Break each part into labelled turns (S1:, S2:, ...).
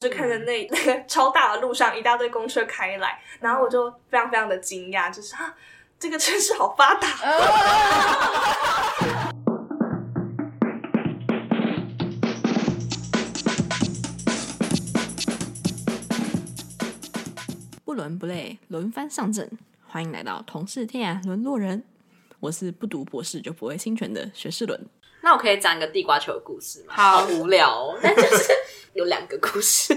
S1: 就看
S2: 嗯
S1: 着那 那个超大的路上一大堆公车开来，然后我就非常非常的惊讶，就是啊，这个城市好发达。
S3: 不伦不类，轮番上阵。欢迎来到同是天涯沦落人，我是不读博士就不会侵权的学士伦。
S4: 那我可以讲一个地瓜球的故事吗？
S3: 好
S4: 无聊、哦，但就是有两个故事。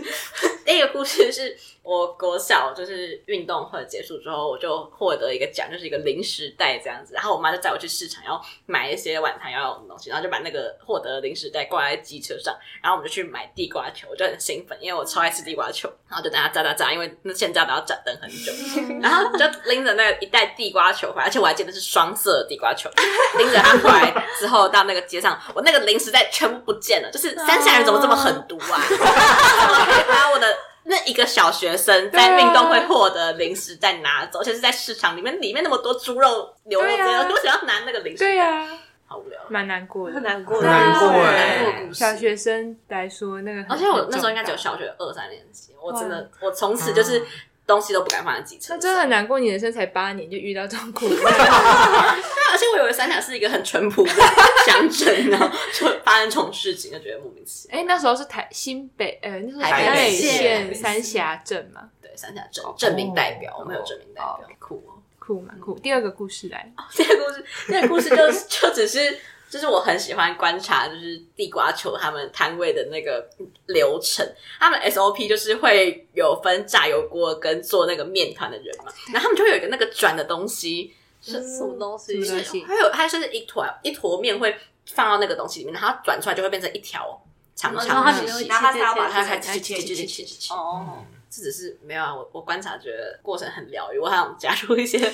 S4: 第一个故事是我国小就是运动会结束之后，我就获得一个奖，就是一个零食袋这样子。然后我妈就载我去市场要买一些晚餐要用的东西，然后就把那个获得的零食袋挂在机车上，然后我们就去买地瓜球，我就很兴奋，因为我超爱吃地瓜球，然后就等它炸炸炸，因为那现炸的要炸等很久，
S2: 嗯
S4: 然后就拎着那个一袋地瓜球回来，而且我还记得是双色的地瓜球，拎着它回来之后到那个街上，我那个零食袋全部不见了，就是三峡人怎么这么狠毒啊！ 我可以把我的那一个小学生
S5: 啊
S4: 在运动会获得的零食袋拿走，而且是在市场里面，里面那么多猪肉、牛肉之类
S5: 对啊
S4: 的，我想要拿那个零食袋，
S5: 对啊呀、
S4: 好无聊，
S5: 蛮难过的。啊
S4: 难过
S1: 很难过
S4: 很
S1: 哎
S4: 难过的故事。
S5: 小学生来说，那个很
S4: 而且我那时候应该只有
S5: 很重
S4: 小学二三年级，我真的，我从此就是东西都不敢放在机车
S5: 哦大，
S4: 上。
S5: 那真的很难过。你人生才八年就遇到这种 苦难，
S4: 对啊，而且我以为三峡是一个很淳朴的 乡镇，然后就发生这种事情，就觉得莫名其妙。
S5: 哎、那时候是台新北，呃，那时候是
S4: 台
S5: 台
S4: 北
S5: 北
S4: 县
S5: 县三峡镇嘛，
S4: 对，三峡镇证明代表，我们有证明代表，酷哦。
S5: 哦 酷蛮酷。第二个故事来，
S4: 这个故事，那个故事就是就只是。就是我很喜欢观察，就是地瓜球他们摊位的那个流程。他们 SOP 就是会有分炸油锅跟做那个面团的人嘛，然后他们就会有一个那个转的东西，是
S2: 什么东西？
S5: 什么东
S4: 就是
S5: 西
S4: 它有它就是一坨一坨面会放到那个东西里面，然后转出来就会变成一条长
S2: 哦然
S4: 长的
S2: 后它
S4: 东
S2: 只
S4: 西，
S2: 是
S1: 然后他才
S2: 切切
S1: 要把
S2: 切
S1: 它
S4: 它
S1: 开
S4: 开
S1: 始
S4: 始切切切切切。
S2: 哦，
S4: 这只是没有啊，我我观察觉得过程很疗愈，我还想加入一些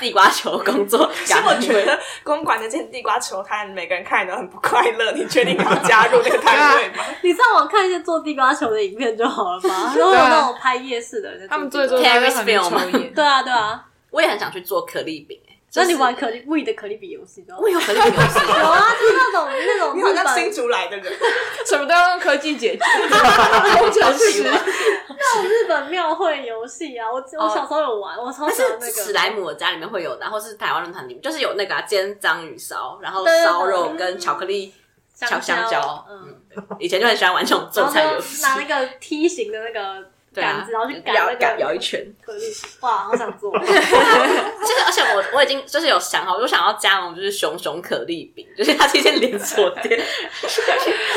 S4: 地瓜球工作 岗位。
S1: 其实我觉得公馆那间地瓜球摊，每个人看着都很不快乐。你确定要加入那个摊位 吗？
S2: 你上网看一些做地瓜球的影片就好了 吧？然后有那
S4: 啊
S2: 种拍夜市的人在地瓜，
S5: 他们做一做，
S4: Terrace
S5: 他们很抽
S4: Film
S5: 烟。
S2: 对啊对啊。
S4: 我也很想去做可丽饼、欸，
S2: 那你玩可丽味的可丽饼游戏就好
S4: 我有可丽饼游 戏，
S2: 有啊，就是那种那种
S1: 你好像
S2: 日
S1: 新
S2: 本
S1: 竹来的人，
S5: 什么都要用科技解决，工程师。
S2: 日本庙会游戏啊，我我小时候有玩，我超喜欢
S4: 哦但
S2: 那
S4: 是
S2: 个。
S4: 史莱姆的家里面会有的，或是台湾论坛里面就是有那个、啊、煎章鱼烧，然后
S2: 对对对
S4: 烧肉跟巧克力。巧香蕉，
S2: 嗯，
S4: 嗯，以前就很喜欢玩这种
S2: 然
S4: 做
S2: 后
S4: 菜游
S2: 就
S4: 戏，
S2: 拿那个梯形的那个
S4: 对啊
S2: 杆子，然后去
S4: 摇
S2: 擀那
S4: 摇
S2: 个
S4: 摇一圈。
S2: 可丽饼， 哇，好想做。
S4: 就是，而且我我已经就是有想好，我想要加盟就是熊熊可丽饼，就是它是一间连锁店。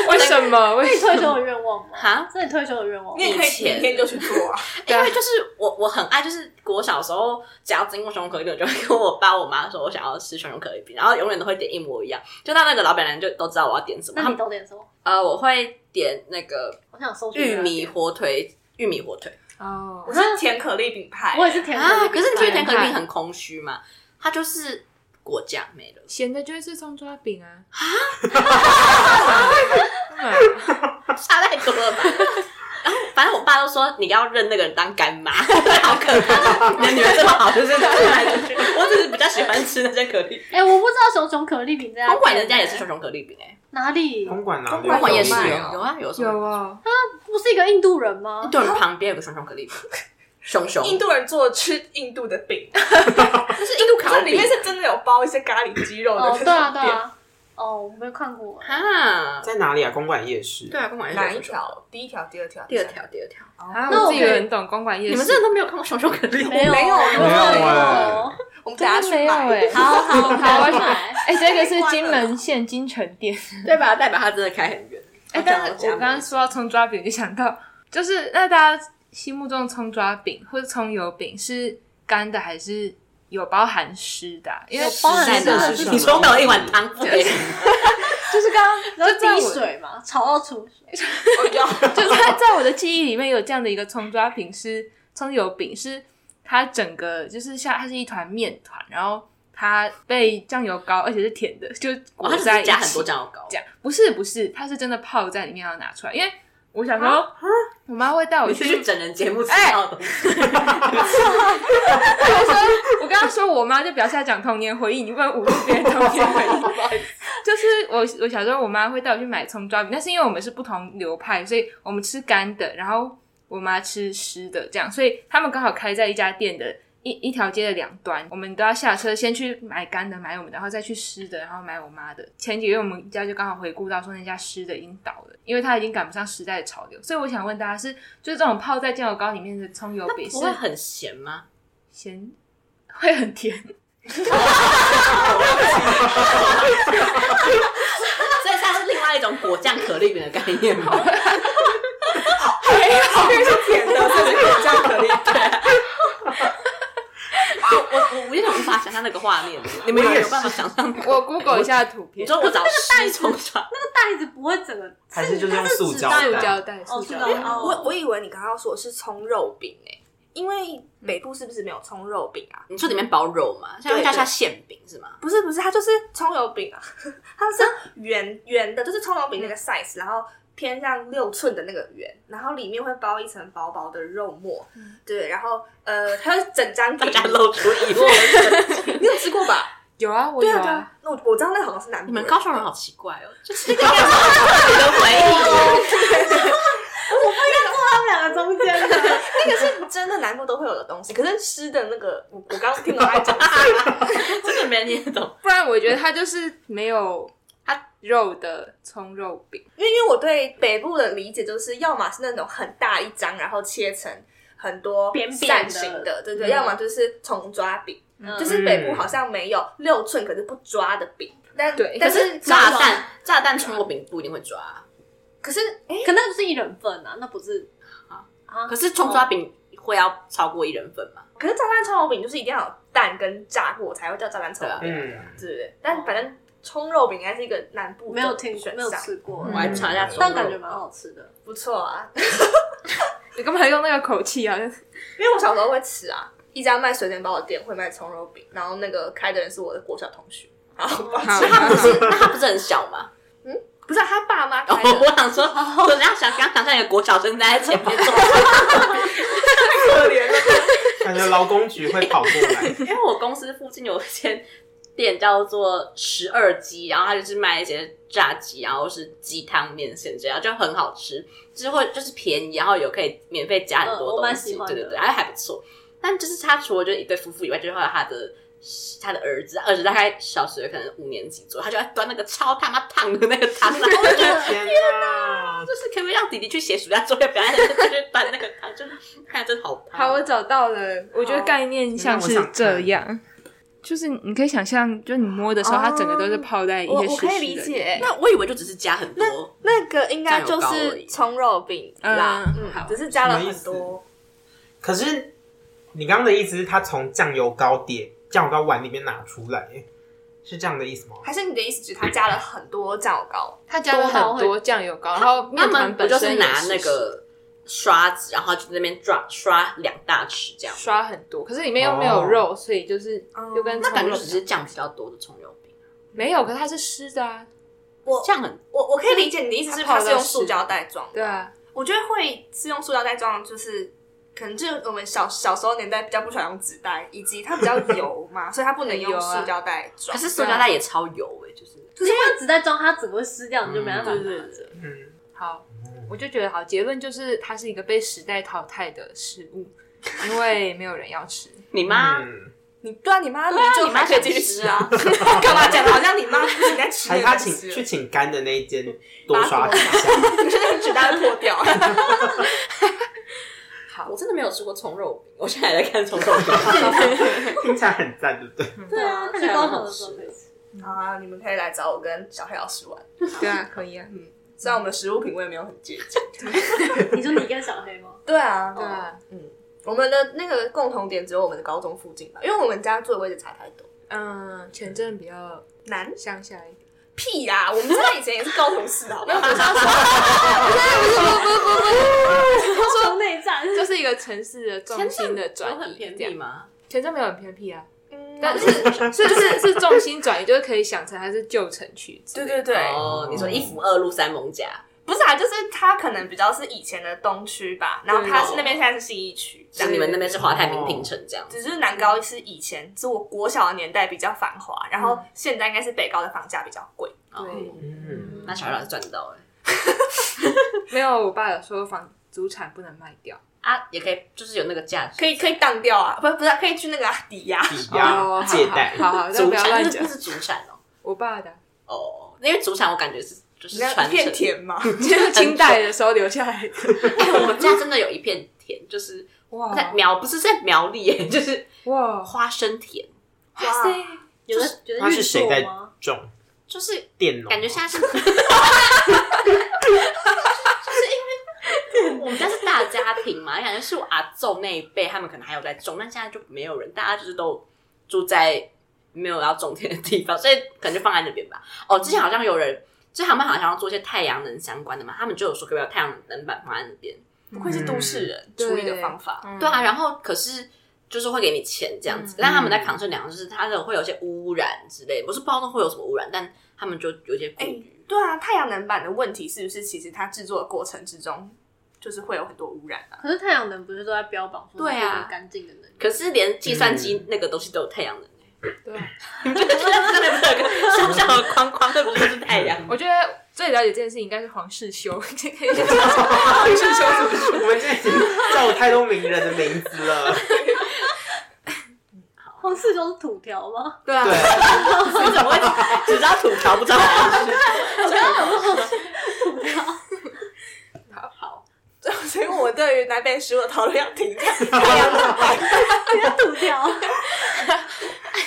S5: 为什么？ 为
S2: 你
S5: 什
S2: 退
S5: 么？
S2: 休的愿望吗？
S4: 哈，
S2: 这是你退休的愿望吗
S1: 你？也可以
S4: 以前
S1: 明天就去做啊。
S4: 因为就是我我很爱，就是我小时候只要经过熊熊可丽饼，我就会跟我爸我妈说我想要吃熊熊可丽饼，然后永远都会点一模一样。就到那个老板娘就都知道我要点什么，
S2: 那
S4: 他
S2: 你
S4: 们
S2: 都点什么？
S4: 呃我会点那个
S2: 我想搜寻
S4: 玉米火腿。玉米火腿
S5: 哦
S1: 我，是甜可丽饼派，
S2: 我也是甜口
S4: 啊，
S2: 的，
S4: 可是你觉得甜
S5: 甜可
S4: 可
S5: 丽
S4: 丽
S5: 饼
S4: 饼很空虚嘛？它就是果酱没了。
S5: 咸的就会是葱抓饼啊。
S4: 啊差太多了吧？ 然后反正我爸都说你要认那个人当干妈，好可怕！你的女儿这么好，就是这样子我只是比较喜欢吃那些可丽饼。
S2: 哎，我不知道熊熊可啊丽饼这家店，
S4: 公馆人家也是熊熊可丽饼哎，
S2: 哪里？
S6: 公馆哪啊里？
S1: 公
S4: 公馆也是有
S1: 有
S4: 有啊有什
S5: 有
S4: 么？
S5: 哦，
S2: 不是一个印度人吗？
S4: 对，旁边有个熊熊可丽饼，熊熊
S1: 印度人做的吃印度的饼，
S4: 是印度
S1: 这里面是真的有包一些咖喱鸡肉的
S2: 哦，
S1: 那种
S2: 对啊，对
S1: 饼。
S2: 啊。哦，我没有看过。
S4: 啊，
S6: 在哪里啊？公馆夜市。
S4: 对啊，公馆也是
S1: 哪一
S4: 有熊熊？
S1: 条？第一条、第二条、
S4: 第二
S1: 三
S4: 条，第二条，
S5: 啊，
S2: 那
S5: 我
S2: 我
S5: 自己
S2: 可以
S5: 很懂公馆夜市。
S4: 你们真的都没有看过熊熊可丽
S2: 没
S4: 饼？
S2: 有，啊
S1: 没有
S2: 没
S1: 没有
S6: 欸
S2: 有。
S1: 我们等下去
S5: 真的没有
S1: 买
S5: 欸。
S2: 好好好，我买。
S5: 哎，这个是金门县金城店。
S4: 对吧？代表它真的开很远。
S5: 哎，但是我刚刚说到葱抓饼，就想到就是那大家心目中的葱抓饼或者葱油饼是干的还是有包含湿的啊？因为
S2: 有包含
S6: 实在
S2: 湿的
S6: 的
S2: 是
S6: 是
S2: 什
S6: 什
S2: 么
S6: 么
S4: 你说会有一碗汤对，
S5: 就是刚刚
S2: 然后
S5: 就在我
S2: 滴水嘛，炒到出水。
S1: 我就
S5: 就是在在我的记忆里面有这样的一个葱抓饼是葱油饼，是它整个就是像它是一团面团，然后它被酱油膏，而且是甜的，就
S4: 哦
S5: 裹
S4: 它只
S5: 在
S4: 是
S5: 一起。
S4: 加很多酱油膏
S5: 这。样不是不是，它是真的泡在里面，然后拿出来。因为我小时候，我妈会带我
S4: 啊你
S5: 去
S4: 是去整人节目吃到的东西，
S5: 我刚刚说我妈就不要下讲童年回忆，你不能侮辱别人童年回忆。就是我我小时候我妈会带我去买葱抓饼，但是因为我们是不同流派，所以我们吃干的，然后我妈吃湿的，这样，所以他们刚好开在一家店的一一条街的两端，我们都要下车先去买干的，买我们的，然后再去湿的，然后买我妈的。前几个月我们家就刚好回顾到说那家湿的已经倒了，因为它已经赶不上时代的潮流，所以我想问大家是，就是这种泡在酱油膏里面的葱油饼是
S4: 不会很咸吗？
S5: 咸，会很甜。
S4: 所以它是另外一种果酱可丽饼的概念吗？
S1: 这个是甜的，这是果酱可丽
S4: 我我我我有点无法想象那个画面，你们有没有办法想象？
S5: 我 Google 一下图
S4: 你
S5: 片，
S4: 说我找湿葱抓，
S2: 袋子不会整个，
S6: 还是就是用塑胶
S2: 它是
S5: 塑
S2: 纸
S6: 袋
S5: 胶袋，
S2: 哦
S5: 塑胶
S2: 塑胶
S5: 袋。
S2: 哦
S1: 我我以为你刚刚说的是葱肉饼诶、因为北部是不是没有葱肉饼啊？
S4: 你说里面包肉嘛？现在加下馅饼是吗？
S1: 不是不是，它就是葱油饼啊，它是圆圆的，就是葱油饼那
S4: 嗯
S1: 个 size，然后偏向六寸的那个圆，然后里面会包一层薄薄的肉末，对，然后呃，它会整张
S4: 嗯大
S1: 给
S4: 家
S1: 你，
S4: 露出疑惑。
S1: 你有吃过 吧？
S5: 有啊，我
S1: 对
S5: 有
S1: 啊对啊，那我我知道那好像是南部
S4: 你
S1: 人，
S4: 们高雄人好奇怪哦，就是这个样子的回忆。
S2: 他们两个中
S1: 啊
S2: 间的，
S1: 那个是真的南部都会有的东西，可是湿的那个，我我刚刚听我爱讲是
S4: 真的没人听得懂。
S5: 不然我觉得它就是没有
S4: 它
S5: 肉的葱肉饼，
S1: 因为因为我对北部的理解就是，要么是那种很大一张，然后切成很多
S2: 扁扁
S1: 扇
S2: 的
S1: 形的，对对，
S5: 嗯
S1: 要么就是葱抓饼，
S2: 嗯
S1: 就是北部好像没有六寸可是不抓的饼，但
S5: 对
S1: 但
S4: 可
S1: 是
S4: 是
S1: 高雄
S4: 炸，弹炸弹葱油饼不一定会抓，
S1: 可是哎，
S2: 可那就是一人份啊，那不是
S4: 啊
S2: 啊？
S4: 可是葱抓饼会要超过一人份嘛？
S1: 可是炸弹葱油饼就是一定要有蛋跟炸过才会叫炸弹葱油饼，
S2: 啊
S6: 嗯，
S1: 对对对，但反正葱肉饼应该是一个南部的
S2: 没有听
S1: 选
S2: 没有
S1: 项，
S2: 吃过
S4: 我，
S6: 嗯
S4: 来查一下葱
S2: 但
S4: 油
S2: 感觉蛮好吃的。
S1: 不错啊，
S5: 你干嘛用那个口气啊？
S1: 因为我小时候会吃啊，一家卖水煎包的店会卖葱肉饼，然后那个开的人是我的国小同学，然后
S2: 哦
S5: 好
S4: 那它不是那它不是很小吗？
S1: 不是啊他爸妈
S4: 哦
S1: 开的，，
S4: 我想说，我等下想刚想象一个国小生在前面做，
S1: 可怜了。
S6: 感觉劳工局会跑过来，
S4: 因为我公司附近有一间店叫做十二鸡，然后它就是卖一些炸鸡，然后是鸡汤面线这样，就很好吃，就是会就是便宜，然后有可以免费加很
S2: 嗯
S4: 多
S2: 我
S4: 东
S2: 蛮
S4: 西，
S2: 喜欢的
S4: 对对对，还还不错。但就是他除了就一对夫妇以外，就是还有他的他的儿子，儿子大概小学可能五年级左右，他就在端那个超他妈烫的那个汤，然后 我就觉得
S6: 天哪！
S4: 就是可不可以让弟弟去写暑假作业，不要在那边端那个汤，就是看着真好烫。
S5: 好，我找到了，我觉得概念像是这样，就是你可以想象，就你摸的时候，
S1: 哦
S5: 它整个都是泡在一
S1: 我
S5: 些
S1: 我
S5: 湿
S1: 可以
S5: 湿
S1: 理
S5: 的。
S1: 解，
S4: 那我以为就只是加很多。
S1: 那个应该就
S4: 酱油膏而
S1: 是
S4: 已
S1: 葱肉饼啦，
S5: 嗯
S1: 嗯，只是加了很多。
S6: 可是你刚刚的意思是，他从酱油膏碟、酱油膏碗里面拿出来，是这样的意思吗？
S1: 还是你的意思指他加了很多酱油膏？
S5: 它加了很多酱油膏，然后
S4: 他
S5: 面
S4: 们
S5: 团
S4: 不
S5: 本
S4: 就
S5: 身
S4: 是
S5: 也
S4: 拿那个刷子，然后就在那边抓刷两大匙这样？
S5: 刷很多，可是里面又没有肉，所以就是
S1: 哦
S5: 就跟
S4: 那感
S5: 葱
S4: 觉
S5: 肉
S4: 只是酱比较多的葱油饼，
S5: 没有，可是它是湿的啊，
S1: 我
S4: 酱很
S1: 我我可以理解你的意思是嗯它是用塑胶袋装，
S5: 对啊，
S1: 我觉得会是用塑胶袋装，就是可能就是我们小小时候年代比较不喜欢用纸袋，以及它比较油 嘛，所以它不能用塑胶袋装
S4: 可。是塑胶袋也超油哎、就是
S2: 就是因为纸袋装它只会湿掉，你就没办法拿。
S6: 嗯
S4: 对对
S6: 嗯，
S5: 好，我就觉得好，结论就是它是一个被时代淘汰的食物，因为没有人要吃。
S4: 你妈、
S6: 嗯，
S1: 你对啊，你妈
S4: 啊
S1: 就
S4: 你妈
S1: 还可以继续吃 啊，干嘛讲的好像你妈自己在吃
S6: 还
S1: 那个
S6: 是他
S1: 东西
S6: 请
S1: 了？
S6: 去请干的那一间多刷几
S1: 下，就是那个纸袋会破掉。
S4: 我真的没有吃过葱肉饼，我现在还在看葱肉饼，
S6: 听起来很赞，对不对？
S2: 对啊，那就高雄的时候可以 吃。
S1: 好啊，你们可以来找我跟小黑老师玩。
S5: 对啊，可以啊，
S1: 虽然我们的食物品味没有很接近。
S2: 你说你跟小黑吗？
S1: 对啊，
S5: 对啊，
S1: 我们的那个共同点只有我们的高中附近吧，因为我们家住的位置差太多。
S5: 嗯，前阵比较
S1: 难
S5: 乡下一点。
S1: 屁呀、我们家以前也是高雄市，好不好？
S2: 高内战，
S5: 这
S2: 就是
S5: 一个城市的重心的 转
S4: 有
S5: 移，
S4: 很 偏
S5: 这
S4: 僻
S5: 样？
S4: 吗？
S5: 前阵没有很偏僻啊，
S1: 嗯
S5: 但是是是是重心转移，就是可以想成它是旧城区之
S1: 对
S5: 类的。
S1: 对对，
S4: 哦，你说一府二路三艋甲，
S1: 不是啊，就是它可能比较是以前的东区吧，
S4: 嗯
S1: 然后它是那边现在是信义区，这
S4: 像
S1: 样
S4: 你们那边是华泰名品城这样。
S1: 只是南高是以前是我国小的年代比较繁华，然后现在应该是北高的房价比较贵，
S5: 对，
S6: 嗯，
S4: 那小老师赚到欸了
S5: 没有，我爸有说房祖产不能卖掉，
S4: 啊，也可以，就是有那个价 值，
S1: 可以可以当掉啊，不是不是啊，可以去那个啊抵押。
S6: 抵押
S5: 哦
S6: 借贷，
S5: 好好好，那
S4: 祖
S5: 不要
S4: 产
S5: 乱
S4: 就是
S5: 讲
S4: 不。是祖产哦，
S5: 我爸的，
S4: 哦，因为祖产我感觉是就是
S1: 你要
S4: 传
S1: 一片
S4: 承。
S1: 田嘛，
S5: 就是清代的时候留下来的。
S4: 哎，我们家真的有一片田，就是
S1: 哦
S5: 哇
S4: 在苗，不是在苗栗耶，就是
S5: 哇，
S4: 花生田，
S1: 哇塞，
S2: 有的有
S6: 他
S2: 的
S6: 是
S2: 运
S6: 谁
S2: 作
S6: 在
S2: 吗？
S6: 种？
S4: 就是
S6: 佃农
S4: 感觉现在是，就是因为我们家是大家庭嘛，感觉是我阿昼那一辈，他们可能还有在种，但现在就没有人，大家就是都住在没有要种田的地方，所以可能就放在那边吧。哦，之前好像有人，之前他们好像要做一些太阳能相关的嘛，他们就有说可不可以把太阳能板放在那边。
S1: 不愧是都市人处理的方法。
S4: 对啊，然后可是就是会给你钱这样子，但他们在扛这两个，就是它的会有一些污染之类，不是不知道会有什么污染，但他们就有一些顾
S1: 哎
S4: 虑。
S1: 对啊，太阳能板的问题是不是其实它制作的过程之中，就是会有很多污 染啊？
S2: 可是太阳能不是都在标榜说
S4: 对啊
S2: 它是干净的能源？
S4: 可是连计算机那个东西都有太阳能、
S5: 对啊，
S4: 小小的框框，那不是太 阳能？
S5: 我觉得最了解这件事情应该是黄世修，黄世修 怎么
S6: 我们这已经叫了太多名人的名字了，
S2: 黄四兄是土条 吗？
S4: 对啊，
S6: 对，
S4: 你怎么会 只知道吐槽不知道黄世
S1: 所以我们对于南北食物的讨论要停在太阳能板。
S2: 土条，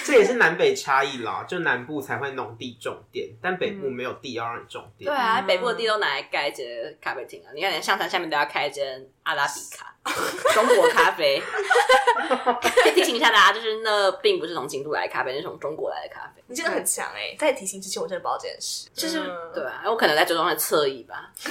S6: 这也是南北差异啦，就南部才会农地种电，但北部没有地要让你种
S4: 嗯
S6: 电。
S4: 对啊，北部的地都拿来盖一些咖啡厅啊，你看连象山下面都要开一间阿拉比卡，中国咖啡。 可以提醒一下大家，就是那并不是从京都来的咖啡，是从中国来的咖啡。
S1: 你真的很强哎、在提醒之前我真的不知道这件事。
S4: 就是、
S5: 嗯
S4: 对啊，我可能在追踪的侧翼吧。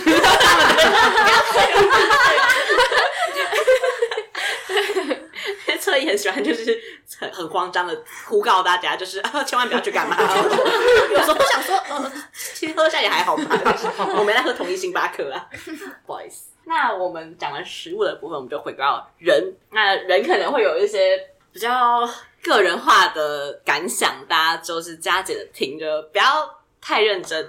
S4: 侧翼很喜欢，就是很很慌张的呼告大家，就是、啊、千万不要去干嘛。 有时候想说，呃，其实喝下也还好吧， 就是我没在喝同一星巴克啊，不好意思。那我们讲完食物的部分，我们就回归到人。那人可能会有一些比较个人化的感想，大家就是佳姐的听着，不要太认真。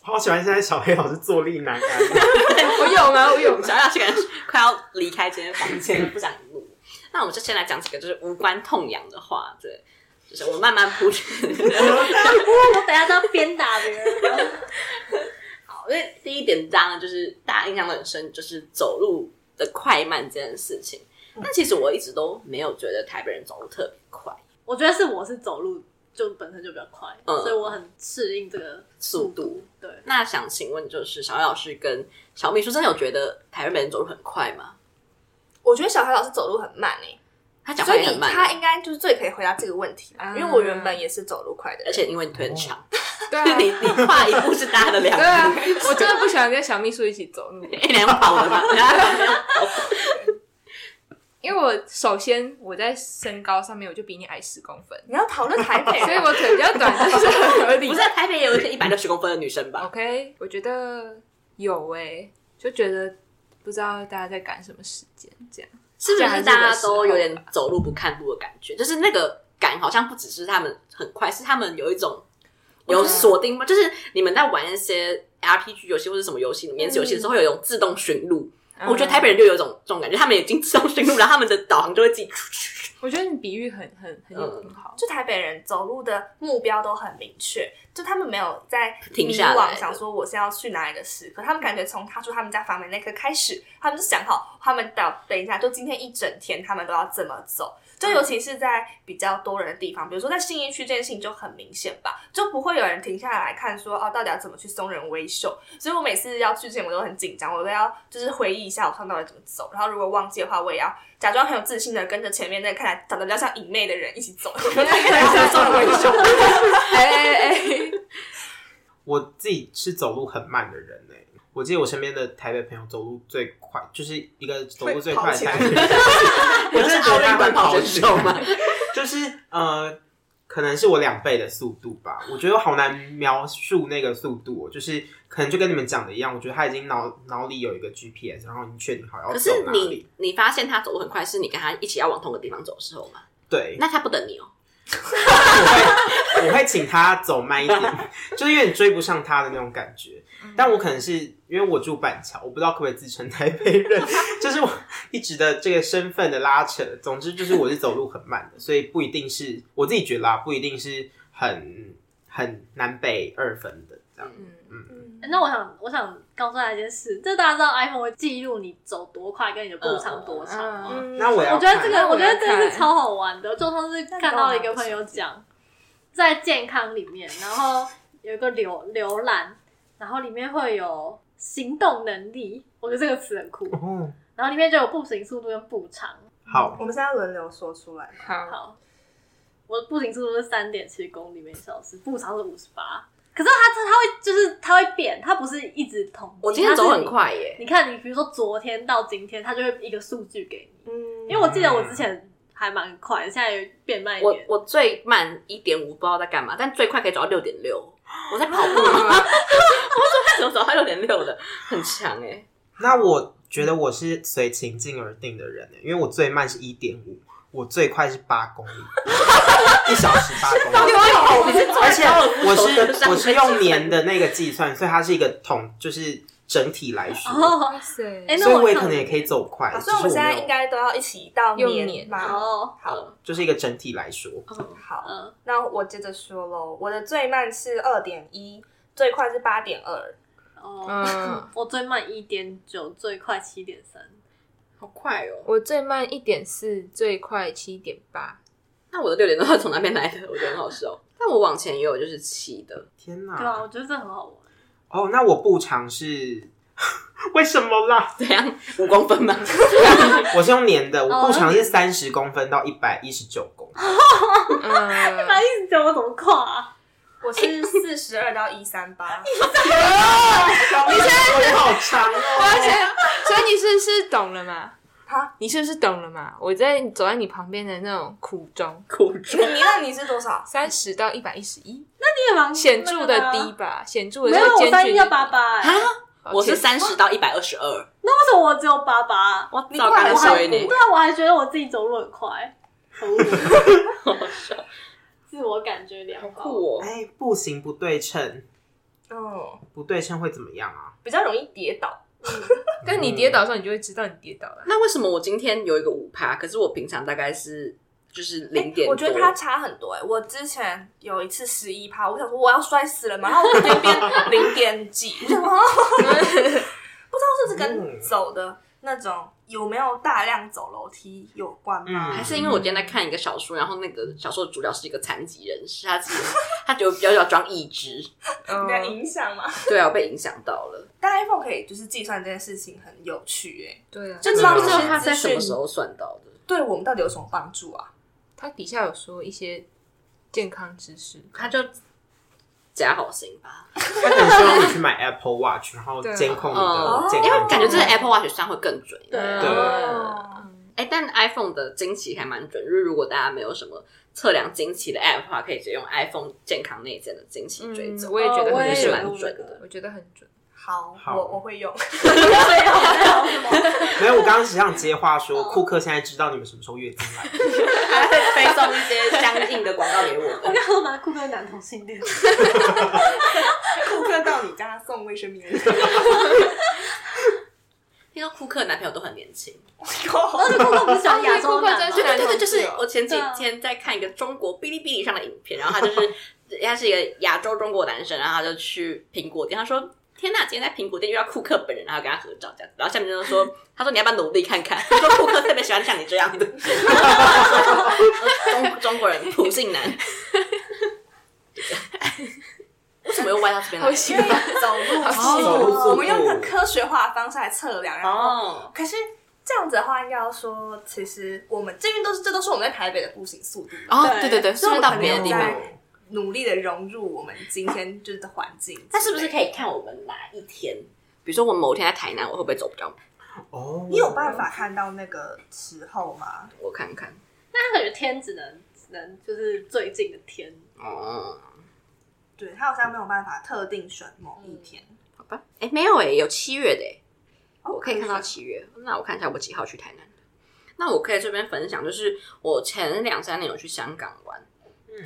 S6: 好喜欢现在小黑老师坐立难安，
S5: 我有吗？我有吗。
S4: 小小去感觉快要离开这间房间了，不想录。那我们就先来讲几个就是无关痛痒的话，对，就是我慢慢铺 陈。
S2: 我等一下都要鞭打别人了。
S4: 好， 因为第一点当然就是大家印象都很深，就是走路的快慢这件事情。但其实我一直都没有觉得台北人走路特别快，
S2: 我觉得是我是走路就本身就比较快，
S4: 嗯
S2: 所以我很适应这个
S4: 速
S2: 度。
S4: 度。
S2: 对，
S4: 那想请问，就是小雨老师跟小秘书真的有觉得台北人走路很快吗？
S1: 我觉得小黑老师走路很慢哎、
S4: 他讲话
S1: 所
S4: 也
S1: 以
S4: 很
S1: 你
S4: 慢，欸
S1: 他应该就是最可以回答这个问题吧，
S5: 啊
S1: 因为我原本也是走路快的人
S4: 而。且因为你腿很长，
S2: 哦
S5: 对啊
S4: 就， 你你跨一步是大家的两
S5: 对
S4: 步。
S5: 啊，我真的不喜欢跟小秘书一起走 路，
S4: 一两跑了吧？
S5: 因为我首先我在身高上面我就比你矮十公分，
S1: 你要讨论台北， 啊
S5: 所以我腿比较短，这是很合理
S4: 不是。台北也有一些一百六十公分的女生吧？
S5: OK，我觉得有诶、就觉得不知道大家在赶什么时间这样。
S4: 是不是大家都有点走路不看路的感觉？就是那个感好像不只是他们很快，是他们有一种有锁定吗？就是你们在玩一些 RPG 游戏或者什么游戏、里面游戏的时候，会有一种自动寻路。我觉得台北人就有一种这种感觉，他们已经自动寻路，然后他们的导航就会自 己。
S5: 嗯我觉得你比喻很很很有很 好，
S1: 就台北人走路的目标都很明确，就他们没有在
S4: 停
S1: 迷
S4: 下来
S1: 惘想说我是要去哪里的事，可他们感觉从踏出他们家房门那刻开始，他们就想好，他们到等一下，就今天一整天他们都要怎么走。就
S4: 嗯
S1: 尤其是在比较多人的地方，比如说在信义区这件事情就很明显吧，就不会有人停下来看说哦，到底要怎么去松仁微秀。所以我每次要去之前我都很紧张，我都要就是回忆一下我上到底怎么走，然后如果忘记的话，我也要假装很有自信的跟着前面那个看起来长得比较像影妹的人一起走， 然后松仁微秀。
S5: 哎哎哎，
S6: 我自己是走路很慢的人呢、我记得我身边的台北朋友走路最快，就是一个走路最快的台北人， 我真的觉得 他会跑
S4: 选
S6: 起
S4: 手吗？
S6: 就是呃，可能是我两倍的速度吧。我觉得我好难描述那个速度哦、就是可能就跟你们讲的一样，我觉得他已经脑脑里有一个 GPS，然后你确定好要
S4: 可
S6: 走
S4: 是
S6: 哪里。
S4: 你你发现他走路很快，是你跟他一起要往同个地方走的时候吗？
S6: 对，
S4: 那他不等你哦。
S6: 我会我会请他走慢一点， 就是有点追不上他的那种感觉。
S2: 嗯
S6: 但我可能是因为我住板桥，我不知道可不可以自称台北人，就是我一直的这个身份的拉扯。总之就是我是走路很慢 的，所以不一定是我自己觉得啦，不一定是很很南北二分的这样。
S2: 嗯
S5: 嗯
S2: 那我想，我想告诉大家一件事，这大家知道 iPhone 会记录你走多快跟你的步长多长吗？
S1: 嗯
S5: 嗯，
S6: 那我也要
S2: 我觉得这
S6: 看啊
S2: 个，我觉得
S5: 我要
S2: 这
S5: 看
S2: 是超好玩的。就上次看到一个朋友讲，在健康里面，然后有一个浏浏览，然后里面会有行动能力，我觉得这个词很酷。
S6: 哦，
S2: 然后里面就有步行速度跟步长。
S6: 好，
S1: 我们现在轮流说出来。
S5: 好，
S2: 好，我的步行速度是三点七公里每小时，步长是五十八。可是它它它会就是它会变，它不是一直统计。
S4: 我今天走
S2: 它是
S4: 很快耶，
S2: 你看，你比如说昨天到今天，它就会一个数据给你。
S1: 嗯，
S2: 因为我记得我之前还蛮快，现在有变慢一
S4: 我
S2: 点。
S4: 我最慢一点五，不知道在干嘛，但最快可以走到六点 六。我在跑步吗？我怎么走到六点六的？很强哎、
S6: 那我觉得我是随情境而定的人，因为我最慢是一点五，我最快是八公里， 一小时八公里。
S4: 你是
S6: 而
S4: 而
S6: 且 我是我是用年的那个计算，所以它是一个统，就是整体来说，
S2: 哦，
S5: 塞
S2: 哎、那
S6: 所以我也
S2: 上
S6: 可能也可以走快。
S1: 好，
S6: 只
S1: 哦所以我
S6: 是
S1: 们现在
S6: 没有
S1: 应该都要一起到
S5: 用
S1: 年
S5: 年
S1: 嘛。
S2: 哦，
S1: 好，
S6: 就是一个整体来说，
S1: 好，
S2: 嗯，
S1: 那我接着说喽。我的最慢是二点一，最快是八点二。
S2: 哦，
S5: 嗯，
S2: 我最慢一点九，最快七点三。
S4: 好快哦！
S5: 我最慢一点四，最快七点八，
S4: 那我的六点多是从那边来的，我觉得很好笑。但我往前也有就是七的，
S6: 天
S2: 对啊，
S6: 哪！
S2: 我觉得这很好玩。
S6: 哦，那我不尝试， 为什么啦？
S4: 怎样五公分 吗？
S6: 我是用年的，我
S2: 哦
S6: 不尝是三十公分到一百一十九公分，
S5: 嗯，
S2: 那一直讲我怎么跨、啊？
S1: 我是四十二到一三八，
S6: 你现在好长
S5: 而且
S6: 哦。，
S5: 所以你是不是懂了嘛？
S1: 哈，
S5: 你是不是懂了嘛？我在走在你旁边的那种苦衷，
S4: 苦 中
S1: 你那你是多少？
S5: 三十到一百一十一，
S2: 你也蛮
S5: 显著的低，吧，显著的
S2: 啊没
S5: 这
S2: 有
S5: 个
S2: 我
S5: 间
S2: 三
S5: 距
S2: 一
S5: 低
S2: 要八，八、欸，
S4: 我是
S5: 天
S4: 三十到一百二十二，
S2: 那为什么我只有八八？
S4: 我
S1: 你
S4: 早
S1: 过来
S4: 该
S1: 我还
S4: 说你
S2: 对，啊，我还觉得我自己走路很快，很无聊
S4: 好笑，
S2: 自我感觉良
S4: 好
S2: 好。
S4: 酷哦！
S6: 哎，步行不对称，
S1: 嗯，
S6: 不对称会怎么样啊？
S1: 比较容易跌倒。
S5: 但你跌倒的时候，你就会知道你跌倒 了。
S4: 那为什么我今天有一个五趴，可是我平常大概是就是零
S1: 哎
S4: 点多？
S1: 我觉得它差很多、欸。我之前有一次十一趴，我想说我要摔死了嘛，然后我边边零点几，我想说不知道是跟走的那种有没有大量走楼梯有关吗？
S6: 嗯
S4: 还是因为我今天在看一个小说，然后那个小说的主角是一个残疾人士，他自己他觉得比较要装义肢，
S5: 嗯
S1: 你的影响吗？
S4: 对啊，我被影响到了，
S1: 但 iPhone 可以就是计算这件事情很有趣、欸，
S5: 对啊，
S1: 就
S4: 不
S1: 知
S4: 知
S1: 道
S4: 道
S1: 这些
S4: 他在
S1: 资
S4: 什
S1: 讯
S4: 么时候算到的。
S1: 对我们到底有什么帮助啊？
S5: 他底下有说一些健康知识，
S4: 他就假好心吧，
S6: 他可能希望你去买 Apple Watch，然后
S5: 对啊
S6: 监控你
S4: 哦
S6: 的健
S4: 因为
S6: 康。
S4: 感觉这个 Apple Watch 算会更准。
S2: 对啊
S5: 嗯
S1: 哦
S4: 哎、但 iPhone 的经期还蛮准，就是如果大家没有什么测量经期的 App 的话，可以直接用 iPhone 健康内建的经期追踪。
S5: 嗯我也觉得
S2: 哦我
S5: 很
S2: 也
S4: 是
S2: 有
S5: 准
S4: 蛮
S2: 用
S4: 准
S2: 这个
S4: 的。
S5: 我觉得很准。
S1: 好，
S6: 好
S1: 我我会 用。
S6: 没有，我刚刚只想接话说，库克现在知道你们什么时候月经来。
S4: 还会推送一些相应的广告给我
S2: 我
S4: 们。
S2: 刚刚拿酷哥男同性恋，
S1: 顾客到你家送卫生 棉，
S4: 听说库克男朋友都很年轻，
S1: 哦
S2: 而且酷哥哦不是喜欢亚洲
S5: 而
S2: 男
S5: 且酷？哥真
S2: 吗
S4: 对
S5: 男同志
S4: 对，
S5: 哦
S4: 啊就是我前几天在看一个中国哔哩哔哩上的影片，然后他就是 他是一个亚洲中国男生，然后他就去苹果店，他说。天呐！今天在苹果店遇到库克本人，然后跟他合照这样，然后下面就说：“他说你要不要努力看 看？”他说库克特别喜欢像你这样 的中中国人普信男。为什么又歪到这边来？
S1: 因为 走路
S5: 好
S6: 走路速
S1: 哦我们用
S6: 度
S1: 很科学化的方式来测量，然后
S4: 哦，
S1: 可是这样子的话，应该要说，其实我们这边都是这都是我们在台北的步行速度，
S4: 哦，对
S2: 对
S4: 对对，
S1: 所以
S4: 顺便
S1: 我
S4: 到
S1: 可能
S4: 别的
S1: 有
S4: 地
S1: 在
S4: 方。
S1: 努力的融入我们今天就是的环境之类的。
S4: 那是不是可以看我们哪一天？比如说我某天在台南，我会不会走比较慢？
S6: 哦，
S1: 你有办法看到那个时候吗？
S4: 我看看。
S2: 那他感觉天只能只能就是最近的天，
S4: 哦，
S1: 对他好像没有办法特定选某一天。
S4: 好吧。哎，没有哎，有七月的哎，
S1: 哦
S4: 我可以看到七月。那我看一下我几号去台南的。那我可以这边分享，就是我前两三年有去香港玩，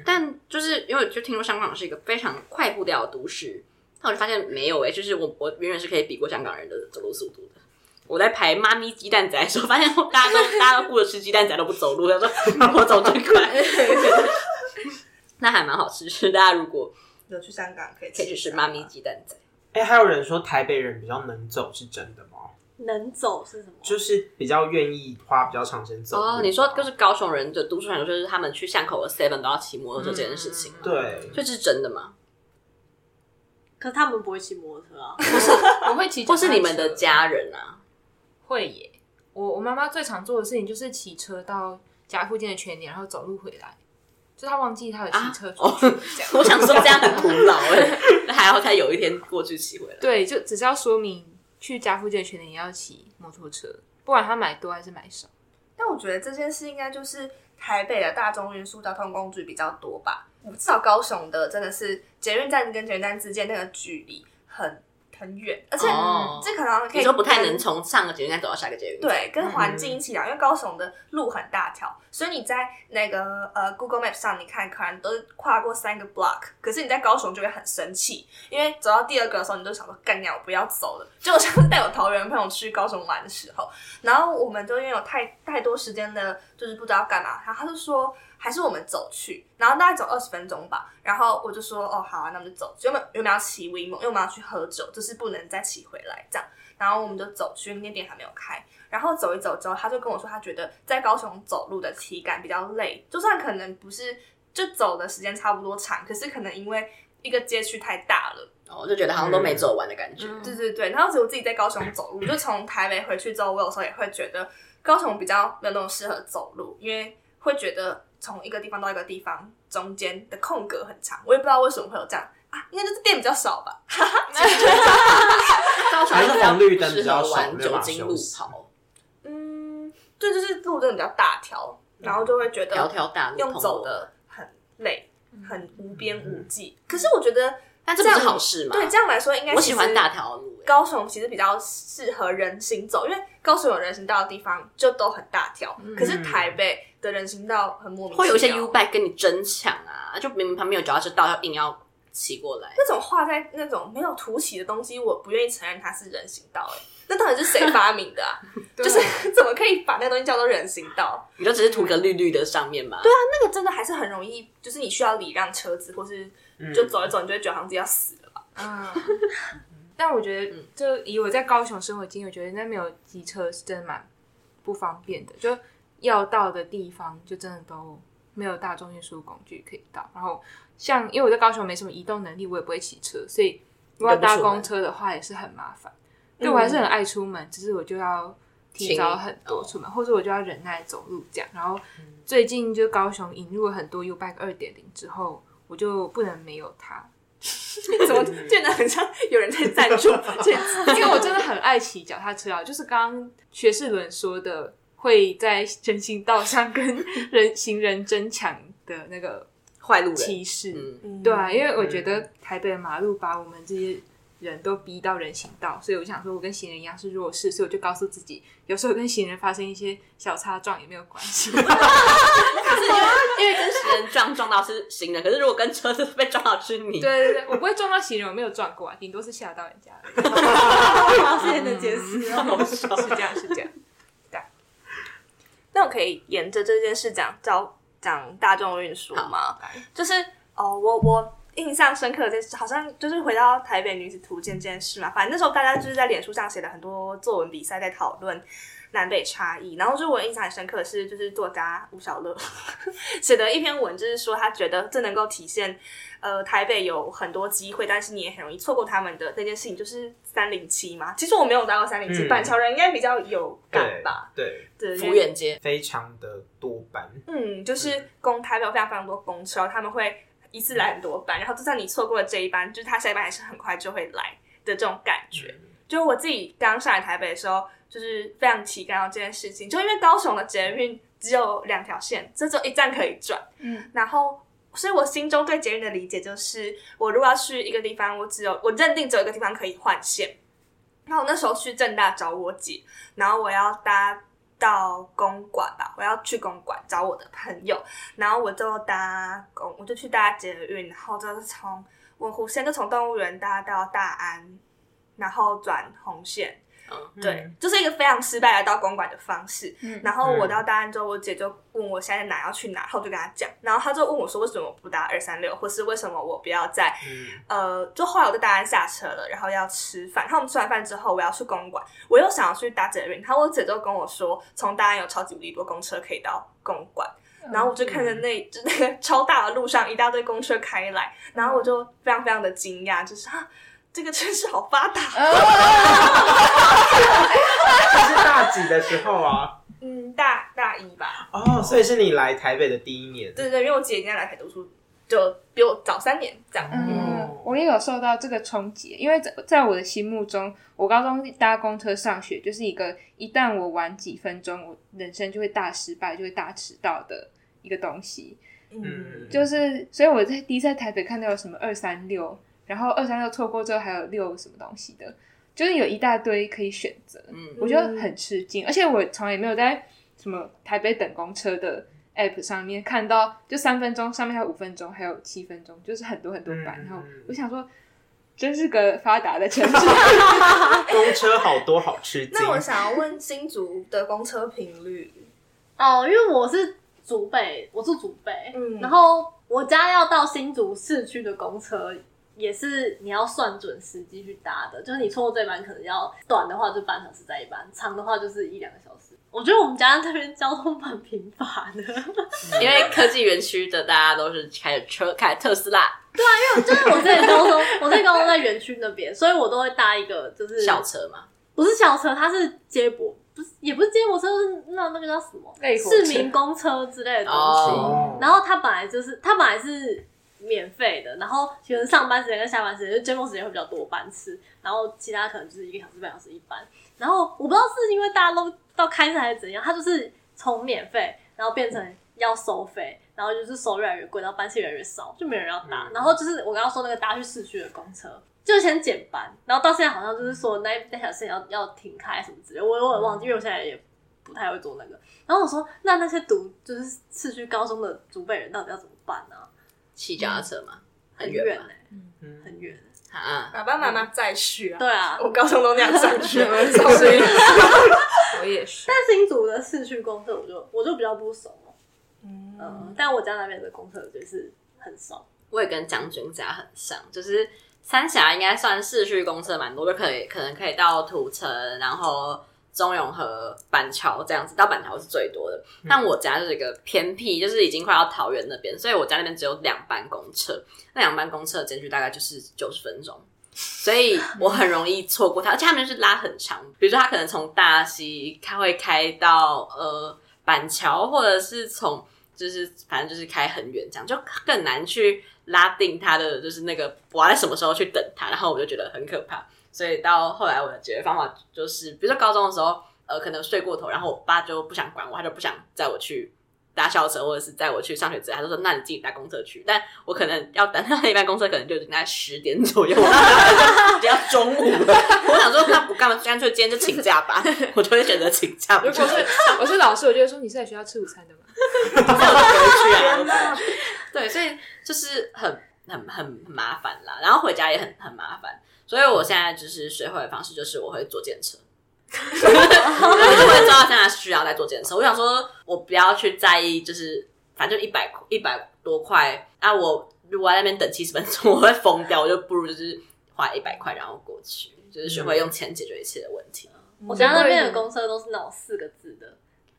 S4: 但就是因为我就听说香港是一个非常快步调的都市，但我就发现没有哎、就是我我远远是可以比过香港人的走路速度的。我在排妈咪鸡蛋仔的时候，发现大家都大家都顾着吃鸡蛋仔都不走路，他说我走最快， 那还蛮好吃。是大家如果
S1: 有去香港可以
S4: 可以去吃妈咪鸡蛋仔，
S6: 哎、还有人说台北人比较能走，是真的吗？
S2: 能走是什么？
S6: 就是比较愿意花比较长时间走路
S4: 哦，你说就是高雄人的都市传说，就是他们去巷口的 Seven 都要骑摩托车这件事情，
S6: 嗯对，
S4: 所以这是真的吗？
S2: 可是他们不会骑摩托车啊。
S5: 我会骑，
S4: 或是你们的家人啊？
S5: 会耶。我我妈妈最常做的事情就是骑车到家附近的全年，然后走路回来。就她忘记她有骑车出去、这样。
S4: 我想说这样很古 老哎、那还好他有一天过去骑回来。
S5: 对，就只是要说明去家附近的全年也要骑摩托车，不管她买多还是买少。
S1: 但我觉得这件事应该就是台北的大众运输交通工具比较多吧，至少高雄的真的是捷运站跟捷运站之间那个距离很很远，而且
S4: 哦
S1: 这可能可
S4: 你
S1: 以
S4: 说不太能从上个捷运站走到下个捷运站，
S1: 对，跟环境一起聊，因为高雄的路很大条，所以你在那个呃 Google Map 上，你看可能都是跨过三个 block，可是你在高雄就会很生气，因为走到第二个的时候，你就想说干掉，我不要走了。就我上次带我桃园朋友去高雄玩的时候，然后我们就因为有太太多时间的，就是不知道干嘛，然后他就说。还是我们走去，然后大概走二十分钟吧。然后我就说，哦，好啊，那我们就走。所以我们原本要骑 WeMo，因为我们要去喝酒，就是不能再骑回来这样。然后我们就走去，那间店还没有开。然后走一走之后，他就跟我说，他觉得在高雄走路的体感比较累，就算可能不是就走的时间差不多长，可是可能因为一个街区太大了，
S4: 哦，我就觉得好像都没走完的感觉。
S1: 对对对。然后只有自己在高雄走路，就从台北回去之后，我有时候也会觉得高雄比较没有那么适合走路，因为会觉得从一个地方到一个地方中间的空格很长，我也不知道为什么会有这样啊，应该就是店比较少吧。
S4: 高雄
S6: 还是红绿灯
S4: 适
S6: 比
S4: 合
S6: 较少
S4: 玩
S6: 没有
S4: 酒
S6: 办法
S4: 精
S6: 休
S4: 路
S6: 息
S4: 跑，
S1: 嗯，对，就是路真的比较大条，然后就会觉得
S4: 条条大路
S1: 用
S4: 通
S1: 走
S4: 罗，
S1: 的很累，
S4: 嗯
S1: 很无边无际。可是我觉得，
S4: 但这不嗯是好事吗？
S1: 对这样来说，应该
S4: 我
S1: 其
S4: 喜
S1: 实
S4: 欢大条的路、欸。
S1: 高雄其实比较适合人行走，因为高雄有人行道的地方就都很大条，可是台北的人行道很莫名其妙，
S4: 嗯欸会有一些 U bike 跟你争抢啊，就明明旁边有脚踏车道，要硬要骑过来。
S1: 那种画在那种没有凸起的东西，我不愿意承认它是人行道、哎，那到底是谁发明的 啊？就是怎么可以把那东西叫做人行道？
S4: 你就只是涂个绿绿的上面嘛？对啊，
S1: 那个真的还是很容易，就是你需要礼让车子，或是
S4: 嗯
S1: 就走一走，你就会觉得好像自己要死了 吧？
S5: 嗯，但我觉得，就以我在高雄生活经验，我觉得那边有机车是真的蛮不方便的，就要到的地方就真的都没有大众运输工具可以到。然后像因为我在高雄没什么移动能力，我也不会骑车，所以如果要搭公车的话也是很麻烦。对我还是很爱出门，只是我就要提早很多出门，或者我就要忍耐走路这样。然后最近就高雄引入了很多 U Bike 二点零之后，我就不能没有它。
S1: 怎么变得很像有 人在赞助？这样子
S5: 因为我真的很爱骑脚踏车啊，就是刚刚学士伦说的，会在人行道上跟人行人争抢的那个
S4: 坏路人。
S5: 歧视。
S4: 嗯，
S5: 对啊，因为我觉得台北的马路把我们这些人都逼到人行道，所以我想说，我跟行人一样是弱势，所以我就告诉自己，有时候跟行人发生一些小擦撞也没有关系。
S4: 因为跟行人撞撞到是行人，可是如果跟车子被撞到是你。
S2: 啊
S5: 对，对对，我不会撞到行人，我没有撞过啊，顶多是吓到人家而已。
S2: 发现的解释哦。
S5: 是这样，是这样。
S1: 那我可以沿着这件事讲教讲大众运输吗？就是哦，我我印象深刻的这好像就是回到台北女子图鉴这件事嘛，反正那时候大家就是在脸书上写了很多作文比赛，在讨论南北差异。然后就我印象很深刻的是，就是作家吴小乐 写的一篇文，就是说他觉得这能够体现。呃，台北有很多机会，但是你也很容易错过他们的那件事情，就是三零七嘛。其实我没有搭过三零七，
S6: 嗯
S1: 板桥人应该比较有感
S6: 对
S1: 吧？
S6: 对，
S1: 对，因为
S4: 福远街，
S6: 非常的多班，
S1: 嗯，就是公台北有非常非常多公车，他们会一次来很多班，然后就算你错过了这一班，就是他下一班还是很快就会来的这种感觉。就是我自己刚上来台北的时候，就是非常期待到这件事情，就因为高雄的捷运只有两条线，这只有一站可以转，
S5: 嗯，
S1: 然后。所以我心中对捷运的理解就是，我如果要去一个地方，我只有我认定只有一个地方可以换线。那我那时候去正大找我姐，然后我要搭到公馆吧，我要去公馆找我的朋友，然后我就搭公，我就去搭捷运，然后就是从文湖线就从动物园搭到大安，然后转红线，对，就是一个非常失败的到公馆的方式。
S5: 嗯
S1: 然后我到大安之后，我姐就问我现在哪要去哪，然后我就跟她讲，然后她就问我说为什么不搭二三六，或是为什么我不要在
S6: 嗯，
S1: 呃，就后来我在大安下车了，然后要吃饭。然后我们吃完饭之后，我要去公馆，我又想要去搭捷运。然后我姐就跟我说，从大安有超级无敌多公车可以到公馆。
S5: 哦
S1: 然后我就看着那 就那个超大的路上一大堆公车开来，然后我就非常非常的惊讶，就是啊，这个城市好发达。
S6: 这是大几的时候啊？
S1: 嗯，大大一吧，
S6: 哦，所以是你来台北的第一年，
S1: 对对对，因为我姐已经来台读书，就比我早三年这样。
S5: 嗯，我也有受到这个冲击，因为在在我的心目中，我高中搭公车上学就是一个一旦我晚几分钟，我人生就会大失败，就会大迟到的一个东西。
S6: 嗯，
S5: 就是，所以我在第一次在台北看到有什么二三六，然后二三六错过之后还有六什么东西的，就是有一大堆可以选择，
S4: 嗯
S5: 我就很吃惊，而且我从来没有在什么台北等公车的 app 上面看到，就三分钟上面还有五分钟，还有七分钟，就是很多很多版，
S6: 嗯
S5: 然后我想说，真是个发达的城 市，
S6: 公车好多好吃惊。
S1: 那我想要问新竹的公车频率，
S2: 哦，因为我是竹北，我住竹北，
S1: 嗯
S2: 然后我家要到新竹市区的公车也是你要算准时机去搭的，就是你错过这班可能要短的话就半小时再一班，长的话就是一两个小时。我觉得我们家那边交通蛮频繁 的，嗯
S4: 因为科技园区的大家都是开着车，开特斯拉
S2: 就是我在高中，我在高中在园区那边，所以我都会搭一个就是
S4: 校车嘛，
S2: 不是小车，它是接驳，不是也不是接驳车，是那那个叫什么
S5: 类火车
S2: 市民公车之类的东西。
S4: 哦
S2: 然后它本来就是它本来是免费的，然后其实上班时间跟下班时间就尖峰时间会比较多班次，然后其他可能就是一个小时半小时一班。然后我不知道是因为大家都到开始还是怎样，它就是从免费然后变成要收费，然后就是收越来越贵，然后班次越来越少，就没有人要搭。
S6: 嗯
S2: 然后就是我刚刚说那个搭去市区的公车。就先减班，然后到现在好像就是说那一那条线要要停开什么之类的，我我也忘记，因为我现在也不太会做那个。然后我说，那那些读就是市区高中的祖辈人到底要怎么办呢、
S4: 骑脚踏车嘛，
S2: 很
S4: 很
S2: 远
S4: 远嘛
S2: 呢、
S6: 嗯
S2: 很远、
S4: 啊，
S1: 爸爸妈妈再去啊。
S2: 对啊，
S1: 我高中都那样上学，
S5: 所以我也是，
S2: 但新竹的市区公厕我就我就比较不熟、哦，嗯、但我家那边的公厕就是很少。
S4: 我也跟将军家很像，就是三峡应该算市区公车蛮多，就可以可能可以到土城，然后中永和、板桥这样子，到板桥是最多的。但我家就是一个偏僻，就是已经快要桃园那边，所以我家那边只有两班公车，那两班公车的间距大概就是九十分钟。所以我很容易错过它，而且他们就是拉很长，比如说他可能从大溪他会开到呃板桥，或者是从就是反正就是开很远，这样就更难去拉定他的就是那个我要在什么时候去等他，然后我就觉得很可怕。所以到后来我的解决方法就是，比如说高中的时候，呃，可能睡过头，然后我爸就不想管我，他就不想载我去搭校车或者是载我去上学之类，他就说那你自己搭公车去。但我可能要等到那班公车，可能就已经大概十点左右，比较中午了。我想说那不干嘛，干脆今天就请假吧，我就会选择请假。
S5: 如果是我是老师，我就会说你是在学校吃午餐的吗？
S4: 回去啊。对，所以就是很很很很麻烦啦，然后回家也很很麻烦，所以我现在就是学会的方式就是我会坐电车。我就会知道现在需要在坐检测。我想说，我不要去在意，就是反正一百一百多块啊，我如果在那边等七十分钟，我会疯掉。我就不如就是花一百块然后过去，就是学会用钱解决一切的问题。
S2: 我家那边的公车都是那种四个字的，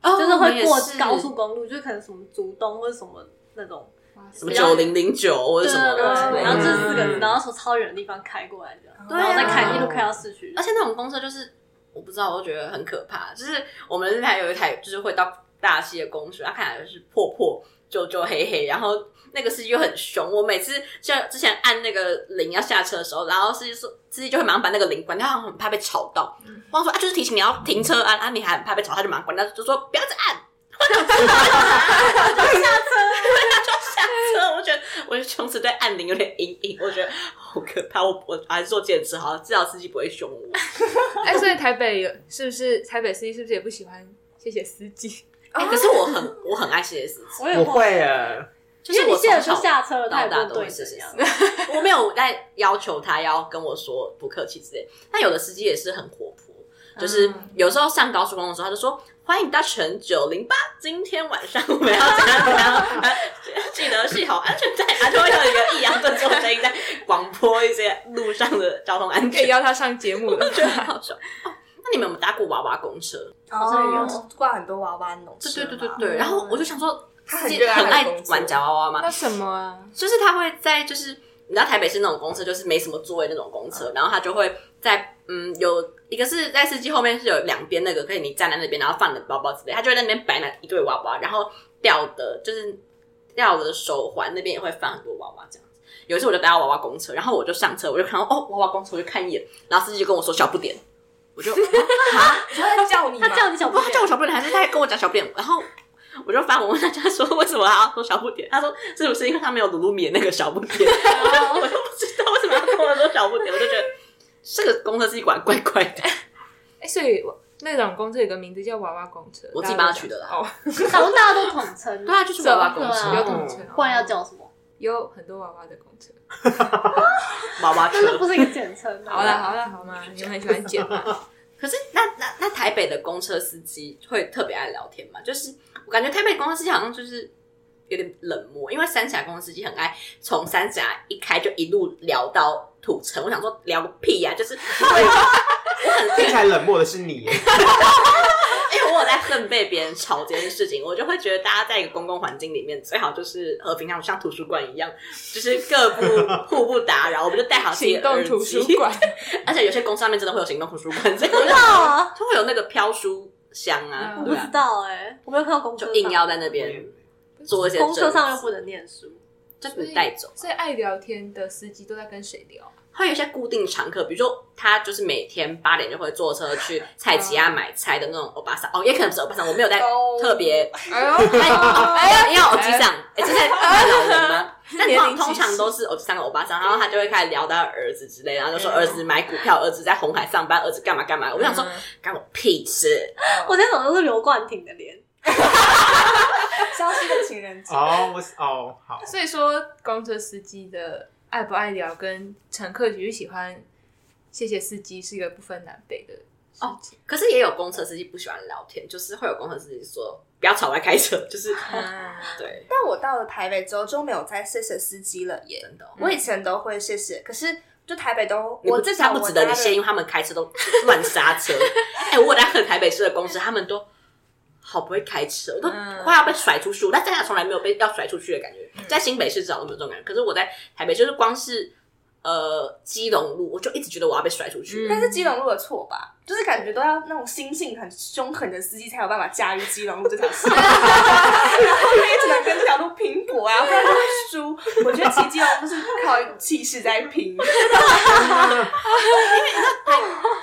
S4: 哦
S2: 就是会过高速公路，就是可能什么竹东或者什么那种，
S4: 什么九零零九或
S2: 对
S4: 者
S2: 对
S4: 什么之
S2: 对对，
S4: 类
S2: 然后
S4: 的，
S2: 就是四个字，
S6: 嗯
S2: 然后从超远的地方开过来这样，
S1: 对
S2: 然后再
S1: 啊
S2: 开一路开到市区，
S4: 而且那种公车就是我不知道，我觉得很可怕。就是我们那台有一台就是会到大溪的公车，它看起来就是破破旧旧黑黑，然后那个司机又很凶。我每次像之前按那个铃要下车的时候，然后司机说司机就会马上把那个铃关掉，他好像很怕被吵到。我想说啊，就是提醒你要停车啊，啊你还很怕被吵，他就马上关掉，就说不要再按。 我就下车，我就下车，我觉得我就从此对按铃有点阴影，我觉得好可怕。我我还是坐电车
S2: 哦
S4: 好，至少司机不会凶我。
S5: 哎，所以台北有是不是台北司机是不是也不喜欢谢谢司机。
S4: 哎、可是我很我很爱谢谢司机，
S2: 我也
S6: 我会啊，
S4: 就
S2: 因
S4: 是
S2: 为你
S4: 我
S2: 现在
S4: 从小
S2: 就下车了，他
S4: 到
S2: 也不
S4: 大
S2: 用
S4: 都会
S2: 对
S4: 谢
S2: 怎
S4: 谢
S2: 样
S4: 司。机，我没有在要求他要跟我说不客气之类，但有的司机也是很活泼，就是
S5: 嗯
S4: 有时候上高速公路的时候，他就说。欢迎搭乘九零八，今天晚上我们要怎样怎样，呃 记得系好安全带，他就会有一个抑扬顿挫的声音在广播一些路上的交通安
S5: 可以
S4: 全，
S5: 邀他上节目了
S4: 我。觉得很好笑。哦那你们有没有搭过娃娃公车？
S1: 好像有
S2: 哦
S1: 挂很多娃娃农
S4: 对
S1: 车
S4: 对
S1: 嘛，
S4: 对对对。然后我就想说，
S1: 他
S4: 自
S1: 很
S4: 己
S1: 热爱
S4: 很
S1: 他的
S4: 爱
S1: 工作
S4: 玩夹娃娃嘛
S5: 那，什么啊？
S4: 就是他会在就是你知道台北市那种公车就是没什么座位那种公
S1: 嗯
S4: 车，然后他就会在嗯有一个是在司机后面是有两边那个可以你站在那边然后放你的包包之类，他就会在那边摆那一堆娃娃，然后吊的就是吊的手环那边也会放很多娃娃这样。子。有一次我就搭到娃娃公车，然后我就上车，我就看到哦娃娃公车，我就看一眼，然后司机就跟我说小不点，我就
S1: 他在叫你吗，
S2: 他叫你小
S4: 我
S2: 不
S4: 不知道他叫我
S2: 点，
S4: 小不点，还是他跟我讲小不点，然后我就发文问大家说为什么他要说小不点？他说是不是因为他没有鲁鲁米的那个小不点？
S2: 哦
S4: 我就不知道为什么要跟我说小不点，我就觉得这个公车司机管怪怪的。
S5: 哎，所以我那种公车有个名字叫娃娃公车，
S4: 我自己帮他取的啦
S5: 哦，
S2: 好像大家都统称，
S4: 对啊，就是娃娃公
S2: 对
S5: 有
S2: 啊
S4: 车、
S5: 统称，
S2: 不然要叫什么？
S5: 有很多娃娃的公车。
S4: 娃娃
S2: 但是
S4: 车
S2: 不。是一个简称 啊吗？
S5: 好啦好啦好嘛，你们很喜欢剪 嘛？
S4: 可是那那那台北的公车司机会特别爱聊天嘛？就是我感觉台北公车司机好像就是。有点冷漠，因为三峡公车司机很爱从三峡一开就一路聊到土城。我想说聊个屁呀、 就是
S6: 听起来冷漠的是你 耶，
S4: 因为我有在恨被别人吵这件事情，我就会觉得大家在一个公共环境里面，最好就是和平常像图书馆一样，就是各不互不打扰，我们就带好自己
S5: 行
S4: 的耳
S5: 动
S4: 机。
S5: 图书馆，
S4: 而且有些公司上面真的会有行动图书馆， 所以
S2: 不知道啊，
S4: 就会有那个飘书箱啊，
S2: 我
S5: 嗯
S2: 不
S4: 对
S2: 知
S4: 啊，
S2: 道哎，我没有看到公车
S4: 就
S2: 上，
S4: 硬要在那边做一些
S2: 公车
S4: 政
S2: 上
S4: 治
S2: 又不能念书，
S4: 就是你带走。啊
S5: 所以爱聊天的司机都在跟谁 聊啊？
S4: 会有一些固定常客，比如说他就是每天八点就会坐车去菜吉
S5: 嗯
S4: 亚买菜的那种欧巴桑，哦，也可能不是欧巴桑，我没有在
S1: 哦
S4: 特别
S5: 哎呦，
S4: 哎哎要偶机上，哎，就是看老人 吗？但
S5: 年龄
S4: 通通
S5: 歧视
S4: 常都是偶机上跟欧巴桑，然后他就会开始聊到儿子之类，然后就说儿子买股票，儿子在红海上班，儿子干嘛干嘛。我想说
S5: 嗯
S4: 干我屁事，
S2: 我那种都是刘冠廷的脸，
S1: 消失的情 人节，
S6: 哦，我哦好，
S5: 所以说公车司机的爱不爱聊跟乘客喜不喜欢，谢谢司机是一个不分南北的事情。
S2: 哦
S4: 可是也有公车司机不喜欢聊天，就是会有公车司机说不要吵，我在开车，就是
S5: 嗯
S4: 对，
S1: 但我到了台北之后就没有再谢谢司机了耶。
S4: 真的哦。
S1: 我以前都会谢谢，可是就台北都
S4: 你不
S1: 我至
S4: 他
S1: 少
S4: 不
S1: 我
S4: 值得
S1: 搭
S4: 你
S1: 的
S4: 谢，因为他们开车都乱 刹车。哎、我有在很台北市的公司，他们都好不会开车，我都
S5: 嗯
S4: 快要被甩出去。我在三峡从来没有被要甩出去的感
S1: 嗯
S4: 觉，在新北市至少都没有这种感觉。可是我在台北，就是光是呃基隆路，我就一直觉得我要被甩出去。
S1: 但是基隆路的错吧，就是感觉都要那种心性很凶狠的司机才有办法驾驭基隆路这条 线，然后因为只能跟这条路拼搏啊，不然就会输。我觉得骑基隆路是靠一股气势在拼，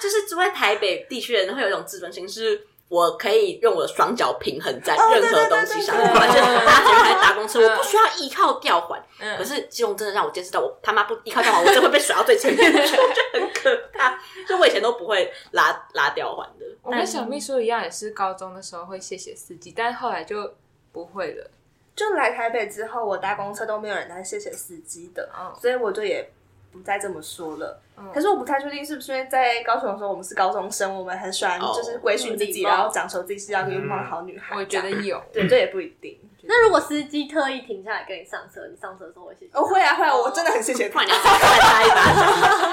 S4: 就是住在台北地区的人会有一种自尊心，是我可以用我的双脚平衡在
S1: 哦
S4: 任何
S1: 对对对
S4: 东西上，
S1: 对对对
S4: 反正搭捷运还是搭公车，
S5: 嗯
S4: 我不需要依靠吊环。
S5: 嗯
S4: 可是基隆真的让我见识到，我他妈不依靠吊环，我真的会被甩到最前面，就很可怕。就我以前都不会拉拉吊环的，
S5: 我跟小秘书一样，也是高中的时候会谢谢司机，但后来就不会了。
S1: 就来台北之后，我搭公车都没有人在谢谢司机的，
S5: 哦
S1: 所以我就也不再这么说了。
S5: 嗯
S1: 可是我不太确定是不是因为在高雄的时候，我们是高中生，我们很喜欢
S4: 哦
S1: 就是规训自己，
S2: 礼貌
S1: 然后讲求自己是要一个拥抱好女孩。
S5: 我觉得
S1: 这样
S5: 有，
S1: 嗯
S4: 哦
S1: 对，这也不一定。
S2: 那如果司机特意停下来跟你上车，你上车的时候会谢谢他
S1: 哦，会啊会啊，我真的很谢谢
S4: 不
S1: 他
S4: 然。你要再拉一把掌。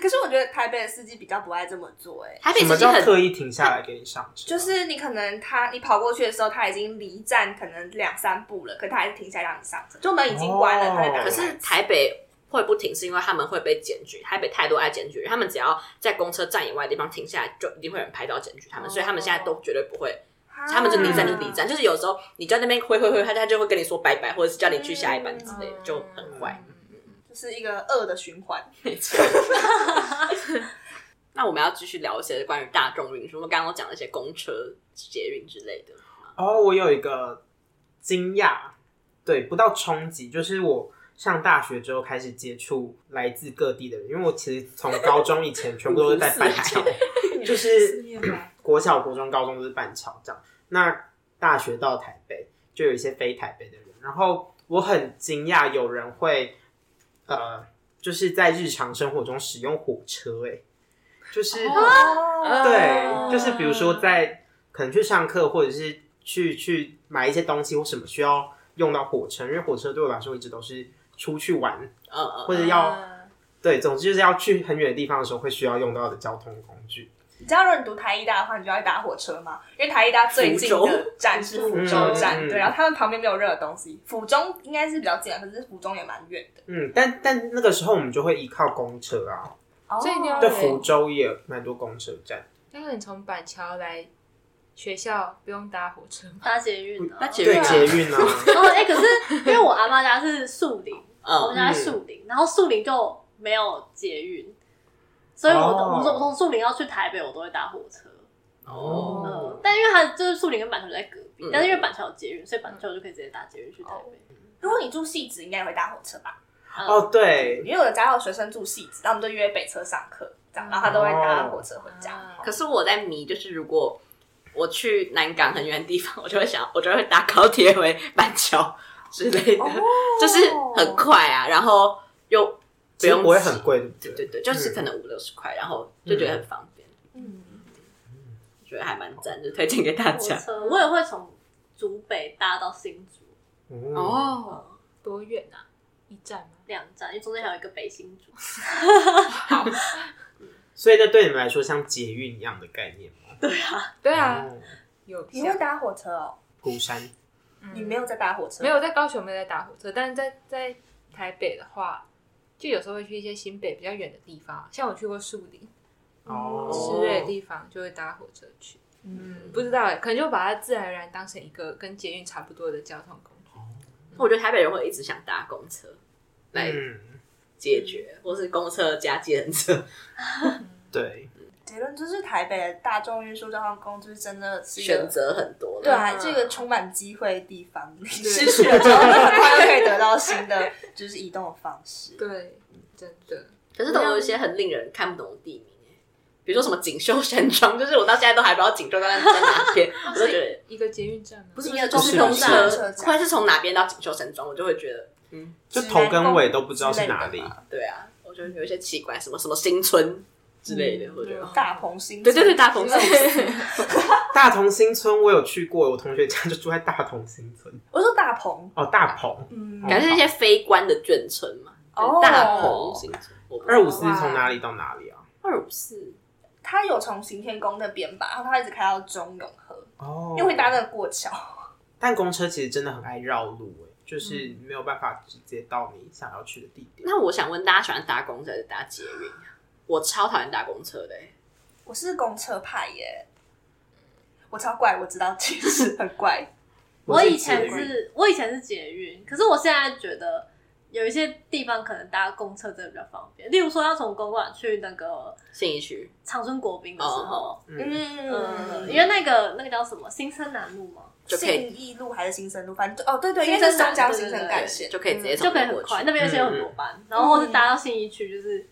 S1: 可是我觉得台北的司机比较不爱这么做、哎，
S4: 台北
S6: 什么
S4: 司机
S6: 叫
S4: 很
S6: 特意停下来给你上车？
S1: 就是你可能他你跑过去的时候，他已经离站可能两三步了，可他还是停下来让你上车，就门已经关了，
S6: 哦
S1: 他在打开。
S4: 可是台北会不停，是因为他们会被检举。台北太多爱检举，他们只要在公车站以外的地方停下来，就一定会有人拍照检举他们，
S5: 哦
S4: 所以他们现在都绝对不会，
S1: 啊
S4: 他们就离站就离站。就是有时候你在那边挥挥挥，他他就会跟你说拜拜，或者是叫你去下一班之类的，
S5: 嗯
S4: 就很坏。
S1: 就是一个恶的循环。
S4: 没错。 那我们要继续聊一些关于大众运输，我们刚刚讲了一些公车、捷运之类的。
S6: 哦，我有一个惊讶，对，不到冲击，就是我上大学之后开始接触来自各地的人，因为我其实从高中以前全部都是在板桥，就是
S5: 面吧，
S6: 国小、国中、高中都是板桥这样。那大学到台北，就有一些非台北的人。然后我很惊讶，有人会呃，就是在日常生活中使用火车、欸，哎，就是、
S5: 哦
S4: 哦
S6: 对，就是比如说在可能去上课，或者是去去买一些东西或什么需要用到火车，因为火车对我来说一直都是出去玩
S4: 嗯嗯
S6: 或者要、对，总之就是要去很远的地方的时候会需要用到的交通工具。
S1: 你知道，如果你读台艺大的话，你就要搭火车嘛，因为台艺大最近
S4: 福
S1: 的
S4: 州
S1: 站是福州
S6: 嗯
S1: 站，
S6: 嗯
S1: 对，然后他们旁边没有任何东西。府中应该是比较近啊，可是府中也蛮远的。
S6: 嗯，但但那个时候我们就会依靠公车啊，
S4: 哦
S5: 所以你要对
S6: 在福州也有蛮多公车站。
S5: 但是你从板桥来学校不用搭火车吗？
S2: 搭捷运啊。
S4: 捷
S6: 对
S4: 运啊
S6: 捷 运啊，
S2: 然后哎、可是因为我阿妈家是树林，我
S4: 嗯，
S2: 们家在树林，然后树林就没有捷运，所以我都
S6: 哦
S2: 我从我从树林要去台北，我都会搭火车。
S4: 哦，
S2: 嗯，但因为它就是树林跟板桥在隔壁
S4: 嗯，
S2: 但是因为板桥有捷运，所以板桥就可以直接搭捷运去台北。
S1: 如果你住戏子，应该也会搭火车吧？
S6: 哦
S4: 嗯
S6: 对，
S1: 因为我的家教学生住戏子，然后我们就约北车上课，这样，然后他都会搭火车回家。
S5: 啊
S4: 可是我在迷，就是如果我去南港很远的地方，我就会想，我就会搭高铁回板桥之类的，就是很快啊，然后又不
S6: 其实
S4: 用
S6: 不会
S4: 挤
S6: 很，贵，对不
S4: 对
S6: 对？
S4: 对，就是可能五六十块，然后就觉得很方便，
S1: 嗯，
S4: 我觉得还蛮赞，就推荐给大
S2: 火
S4: 家。
S2: 车我也会从竹北搭到新竹
S6: 嗯，
S4: 哦，
S5: 多远啊？一站吗？
S2: 两站，因为中间还有一个北新竹。
S6: 所以这对你们来说像捷运一样的概念吗？
S5: 对啊，
S6: 哦，
S5: 有
S1: 你会
S5: 像
S1: 搭火车哦？
S6: 鼓山
S1: 你嗯没有在搭火车？
S5: 没。有在高雄没有在搭火车，但是在在台北的话，就有时候会去一些新北比较远的地方，像我去过树林
S6: 哦，
S5: 之类的地方，就会搭火车去。嗯，不知道哎，可能就把它自然而然当成一个跟捷运差不多的交通工具。
S4: 嗯我觉得台北人会一直想搭公车来
S6: 嗯，
S4: 解决，或是公车加计程车，
S6: 对，
S1: 结论就是台北的大众运输交通工具真的是一个
S4: 选择很多。
S1: 对啊，
S5: 嗯
S1: 这个充满机会的地方，你失去 了之后，很快就可以得到新的，就是移动的方式。
S5: 对，真的。
S4: 可是都有一些很令人看不懂的地名欸，比如说什么锦绣山庄，就是我到现在都还不知道锦绣山庄在哪 边，我都觉得
S5: 一个捷运站吗？
S4: 哦不是
S1: 一个
S4: 不是
S6: 公
S4: 公
S6: 车
S1: 车
S4: 车，
S1: 站
S4: 或者是从哪边到锦绣山庄，我就会觉得，嗯，
S6: 就头跟尾都不知道是哪
S1: 之
S6: 里
S1: 类的。吧
S4: 对啊，我觉得有一些奇怪，什么什么新村之类的，我觉得。
S1: 大鹏新
S4: 对对对，大鹏
S1: 新
S4: 盛。
S6: 大同新村我有去过，我同学家就住在大同新村。
S1: 我说大鹏，
S6: 哦，大鹏
S1: 嗯，
S4: 感觉是一些非官的眷村嘛。
S1: 哦
S4: 大鹏新村，我不知道
S6: 二五四是从哪里到哪里啊？
S4: 二五四，
S1: 他有从行天宫那边吧，然后他一直开到中永和，
S6: 哦
S1: 因为会搭那个过桥。
S6: 但公车其实真的很爱绕路、欸，就是没有办法直接到你想要去的地点。
S4: 那我想问大家喜欢搭公车还是搭捷运啊？我超讨厌搭公车的欸、
S1: 我是公车派耶，我超怪，我知道其实很怪。
S2: 我
S6: 是
S2: 以前
S6: 捷运
S2: 是，我以前是捷运，可是我现在觉得有一些地方可能搭公车真的比较方便，例如说要从公馆去那个
S4: 信义区，
S2: 长春国宾的时候，
S6: 嗯，
S2: 嗯，
S1: 嗯，
S2: 因为那个那个叫什么新生南路嘛，
S4: 就可以
S1: 信义路还是新生路，反正就哦对对，因为这是松江新生干线，
S4: 就可以直接从
S2: 嗯就可以
S4: 那过
S2: 很
S4: 去嗯
S2: 快，那边有些有很多班，然后或是搭到信义区，就是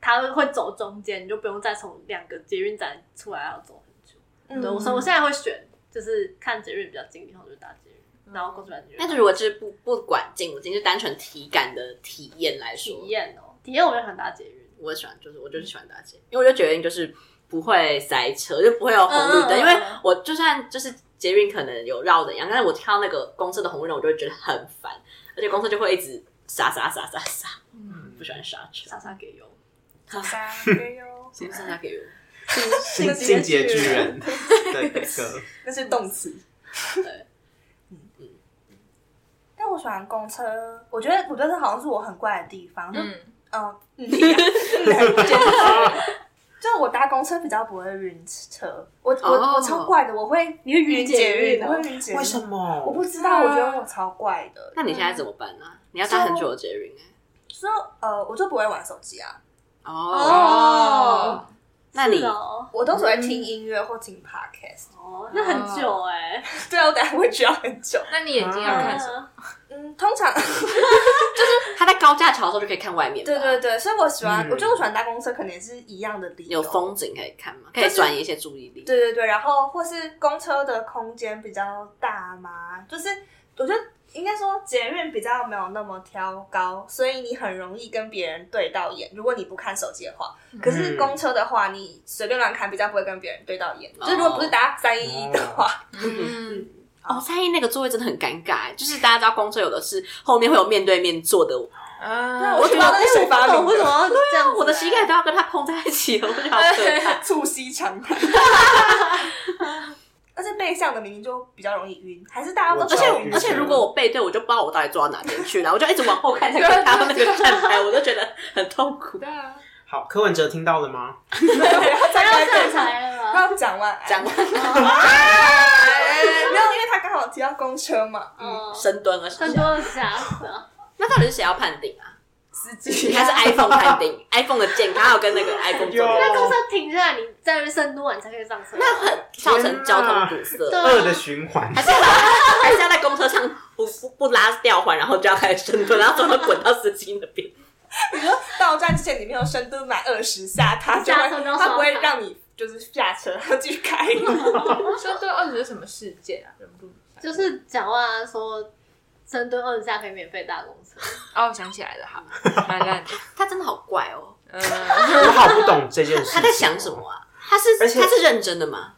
S2: 它会走中间，你就不用再从两个捷运站出来要走很久。
S1: 嗯
S2: 对我说我现在会选，就是看捷运比较近的地方就搭捷运，然后过去搭捷运。
S4: 嗯那就如果就是不不管近不近，就单纯体感的体验来说，
S2: 体验哦，体验我就喜欢搭捷运。
S4: 我喜欢就是我就是喜欢搭捷，因为我就决定就是不会塞车，就不会有红绿灯，
S2: 嗯嗯嗯
S4: 因为我就算就是捷运可能有绕的一样，但是我看到那个公车的红绿灯，我就会觉得很烦，而且公车就会一直刹刹刹刹刹，不喜欢刹车，
S2: 莎莎给油，
S1: 三个哟
S4: 什么刹刹给我？
S6: 进进阶巨人的那个，
S1: 那是动 词。
S2: 对，
S1: 但我喜欢公车，我觉得我觉得这好像是我很怪的地方，就嗯
S5: 嗯，
S1: 嗯，你啊嗯很怪 就我搭公车比较不会晕车，我我
S4: 哦
S1: 我超怪的，我会
S2: 你会
S1: 晕
S2: 晕
S1: 捷
S2: 捷
S1: 运，
S2: 运
S1: 我
S2: 哦
S1: 会？晕捷运，
S6: 为什？么？
S1: 我不知道，我觉得我超怪的，
S4: 那你现在怎么办呢、你要搭很久的捷运哎、
S1: 所以呃，我就不会玩手机啊，
S4: 哦，
S2: 哦，
S4: 那你
S2: 是哦，
S1: 我都只会听音乐或听 podcast。 啊
S2: 哦，那很久哎，
S1: 对啊，我等下会觉得很久。
S5: 那你眼睛要
S2: 对
S5: 看什么？
S2: 啊
S1: 嗯，通常
S4: 他在高架桥的时候就可以看外面吧，
S1: 对对对，所以我喜欢，
S6: 嗯
S1: 我觉得我喜欢搭公车，可能也是一样的理由。
S4: 有风景可以看嘛，可
S1: 是
S4: 以转移一些注意力。
S1: 对对对，然后或是公车的空间比较大嘛，就是我觉得应该说捷运比较没有那么挑高，所以你很容易跟别人对到眼。如果你不看手机的话，
S4: 嗯
S1: 可是公车的话，你随便乱看比较不会跟别人对到眼。
S4: 哦
S1: 就是如果不是搭三一一的话，
S4: 嗯，哦，三一那个座位真的很尴尬，欸就是大家知道公车有的是后面会有面对面坐的，
S5: 啊
S4: 哎
S1: 我觉得那是谁发明
S2: 为什
S1: 的？
S2: 么要这样子啊？
S4: 我的膝盖都要跟他碰在一起了，我就好可怕。
S1: 促膝长谈。而且背向的明明就比较容易晕，还是大家都
S6: 我
S4: 而且
S6: 超晕
S4: 而且，如果我背对，我就不知道我到底坐到哪边去了，我就一直往后看那个他们那个站牌，我就觉得很痛苦。
S5: 对啊，
S6: 好，柯文哲听到了吗？
S1: 才
S2: 要啊
S1: 开
S2: 上
S1: 始
S2: 台了吗？
S1: 他讲完，
S4: 讲完
S1: 哎没有，因为他刚好提到公车嘛，
S2: 哦，
S4: 深蹲了，是不
S2: 很
S4: 是
S2: 多的啊瑕疵。
S4: 那到底是谁要判定啊？
S1: 司
S4: 你
S1: 机
S4: 还是 iPhone 判定 iPhone 的健康，还有跟那个 iPhone 做
S6: 有
S2: 那公车停下来，你在那边深蹲，你才可以上车。
S4: 那很造成交通堵塞。
S2: 对啊
S6: 恶的循环
S4: 还。是要还是要在公车上不不不拉吊环，然后就要开始深蹲，然后最后滚到司机那边。
S1: 你说到站之前你没有深蹲满二十下，他就
S2: 下
S1: 会
S2: 车就要
S1: 他不会
S2: 刷卡
S1: 让你就是下车，他继续开。
S5: 深蹲二十是什么事件啊？忍不住
S2: 就是讲话说深蹲二十下可以免费搭公车，
S5: 哦，想起来了，好，蛮烂的。
S4: 他真的好怪哦，
S5: 嗯，
S6: 我好不懂这件事。
S4: 他在想什么？啊？他是
S6: 而且
S4: 他是认真的吗？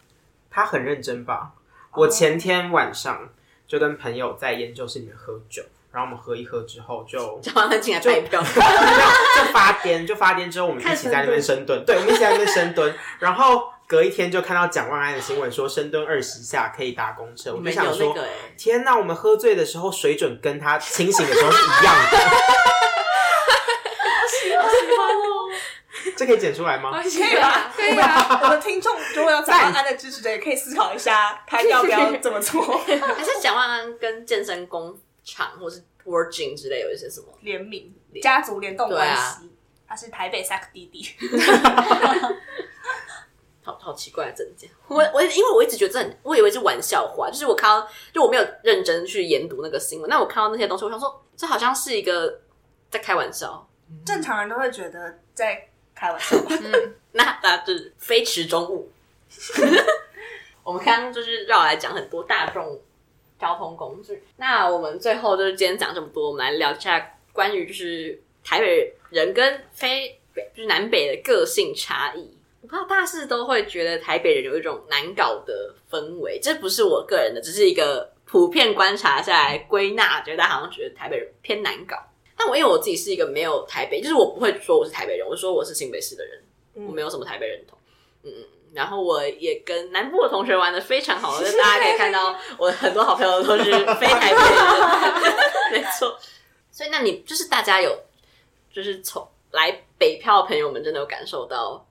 S6: 他很认真吧？
S4: 哦
S6: 我前天晚上就跟朋友在研究室里面喝酒，然后我们喝一喝之后 就
S4: 叫他进来卖 票，
S6: 就就发癫，就发癫之后，我们一起在那边深蹲，对，我们一起在那边深蹲，然后隔一天就看到蒋万安的新闻说深蹲二十下可以搭公车，
S4: 你
S6: 我就
S4: 们有
S6: 想
S4: 那
S6: 说
S4: 个，哎，
S6: 天哪，我们喝醉的时候水准跟他清醒的时候是一样 的，哦这可以剪出来吗？
S1: 可以 吧？
S5: 可以啊，
S1: 我的听众如果有蒋万安的支持者，也可以思考一下，他要不要这么做
S4: 还是蒋万安跟健身工厂或是 Virgin 之类有一些什么？
S1: 联名家族联动
S4: 对
S1: 关
S4: 啊
S1: 系？他是台北 sack 弟弟，
S4: 好好奇怪的证件，我我因为我一直觉得这很，我以为是玩笑话，就是我看到，就我没有认真去研读那个新闻，那我看到那些东西，我想说这好像是一个在开玩笑，
S1: 正常人都会觉得在开玩笑吧。
S4: 那大家就是非池中物。 我们刚刚就是绕来讲很多大众交通工具，那我们最后就是今天讲这么多，我们来聊一下关于就是台北人跟非北就是南北的个性差异。我不知道大家是都会觉得台北人有一种难搞的氛围，这不是我个人的，只是一个普遍观察下来归纳，觉得好像觉得台北人偏难搞。但我因为我自己是一个没有台北，就是我不会说我是台北人，我说我是新北市的人。我没有什么台北认同，嗯，然后我也跟南部的同学玩的非常好，那大家可以看到我很多好朋友都是非台 北人，没 错。所以那你就是大家有，就是从来北漂的朋友们真的有感受到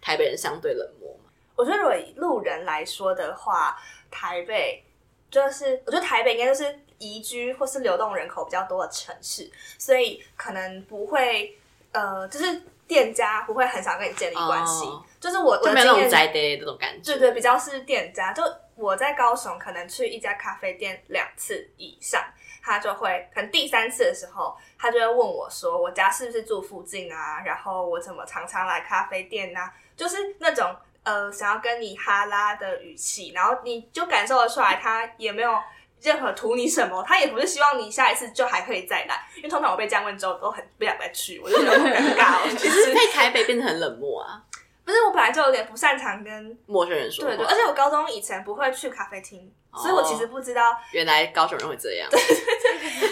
S4: 台北人相对冷漠吗？
S1: 我觉得如果以路人来说的话，台北就是我觉得台北应该就是移居或是流动人口比较多的城市，所以可能不会呃，就是店家不会很想跟你建立关系。
S4: 哦
S1: 就是我我
S4: 就
S1: 的
S4: 没有
S1: 经
S4: 那种
S1: 验
S4: 宅爹那种感觉。
S1: 对对，比较是店家。就我在高雄，可能去一家咖啡店两次以上，他就会，可能第三次的时候，他就会问我说，我家是不是住附近啊？然后我怎么常常来咖啡店啊？就是那种呃，想要跟你哈拉的语气，然后你就感受得出来，他也没有。任何图你什么，他也不是希望你下一次就还可以再来，因为通常我被这样问之后都很不想再去，我就觉得很尴尬、哦。其
S4: 就是
S1: 实
S4: 被台北变得很冷漠啊，
S1: 不是我本来就有点不擅长跟
S4: 陌生人说话。
S1: 对对，而且我高中以前不会去咖啡厅，所以
S4: 哦
S1: 我其实不知道，
S4: 原来高雄人会这样，
S1: 我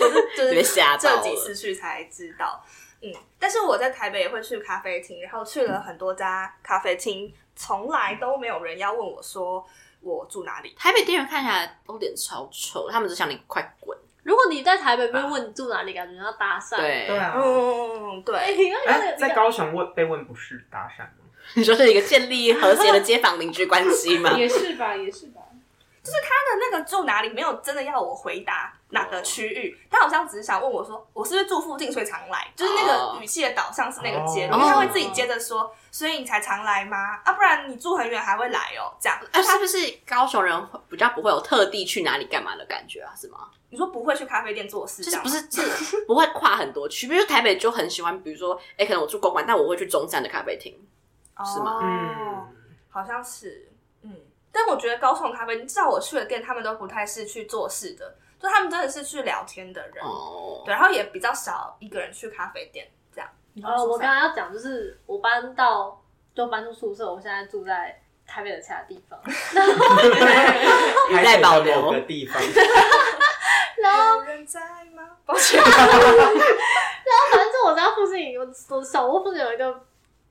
S1: 是就
S4: 被
S1: 是
S4: 吓到
S1: 这
S4: 了
S1: 几次去才知道。嗯，但是我在台北也会去咖啡厅，然后去了很多家咖啡厅，从来都没有人要问我说我住哪里。
S4: 台北店员看起来都脸超臭，他们只想你快滚。
S2: 如果你在台北被问你住哪里，感觉要搭讪。，
S4: 对，
S6: 啊
S4: 哦
S1: 嗯，
S2: 哎，
S1: 对，
S2: 你看
S6: 哎，
S2: 那
S6: 在
S2: 个，
S6: 高雄问被问不是搭讪吗？
S4: 你说是一个建立和谐的街坊邻居关系吗？
S5: 也是吧，也是吧。
S1: 他的那个住哪里没有真的要我回答哪
S4: 哦
S1: 个区域，他好像只是想问我说我是不是住附近所以常来，就是那
S4: 哦
S1: 个语气的导向是那个接入，
S6: 哦
S1: 因为他会自己接着说，所以你才常来吗？啊，不然你住很远还会来哦，这样。
S4: 哎，是不是高雄人会比较不会有特地去哪里干嘛的感觉啊？是吗？
S1: 你说不会去咖啡店做事，这
S4: 就是
S1: 样
S4: 不
S1: 吗
S4: 是 是不会跨很多区？比如台北就很喜欢，比如说，哎，可能我住公馆，但我会去中山的咖啡厅。是吗
S1: 哦
S6: 嗯，
S1: 好像是，嗯。但我觉得高雄咖啡，至少我去的店，他们都不太是去做事的，就他们真的是去聊天的人，
S4: 哦，
S1: 对，然后也比较少一个人去咖啡店这样。
S2: 呃，我刚刚要讲就是我搬到就搬出宿舍，我现在住在台北的其他地方，
S4: 语带保
S6: 台北的某个
S4: 留。
S6: 地方，
S2: 然后
S1: 有人在吗？抱歉，
S2: 反正我家附近，我我小窝附近有一个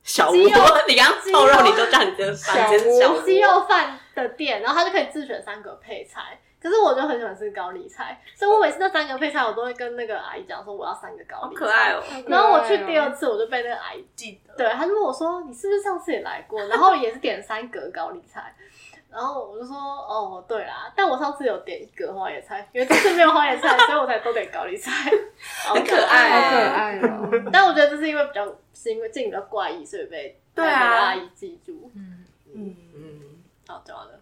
S4: 小屋
S2: 鸡肉，
S4: 你刚刚透露你都叫你的房间是小屋，
S2: 鸡肉饭的店，然后他就可以自选三个配菜。可是我就很喜欢吃高丽菜，所以我每次那三个配菜，我都会跟那个阿姨讲说我要三个高丽菜。
S4: 哦。
S2: 然后我去第二次，我就被那个阿姨
S1: 记得。
S2: 对，他就问我说：“你是不是上次也来过？”然后也是点三格高丽菜，然后我就说：“哦，对啦，但我上次有点一格花椰菜，因为这次没有花椰菜，所以我才多点高丽菜。
S4: 很可
S5: 好
S4: 爱
S5: 可爱哦、
S2: 但我觉得这是因为比较是因为进比较怪异，所以被
S4: 对啊
S2: 台北的阿姨记住。
S1: 嗯，
S4: 嗯，
S2: 好，讲完了。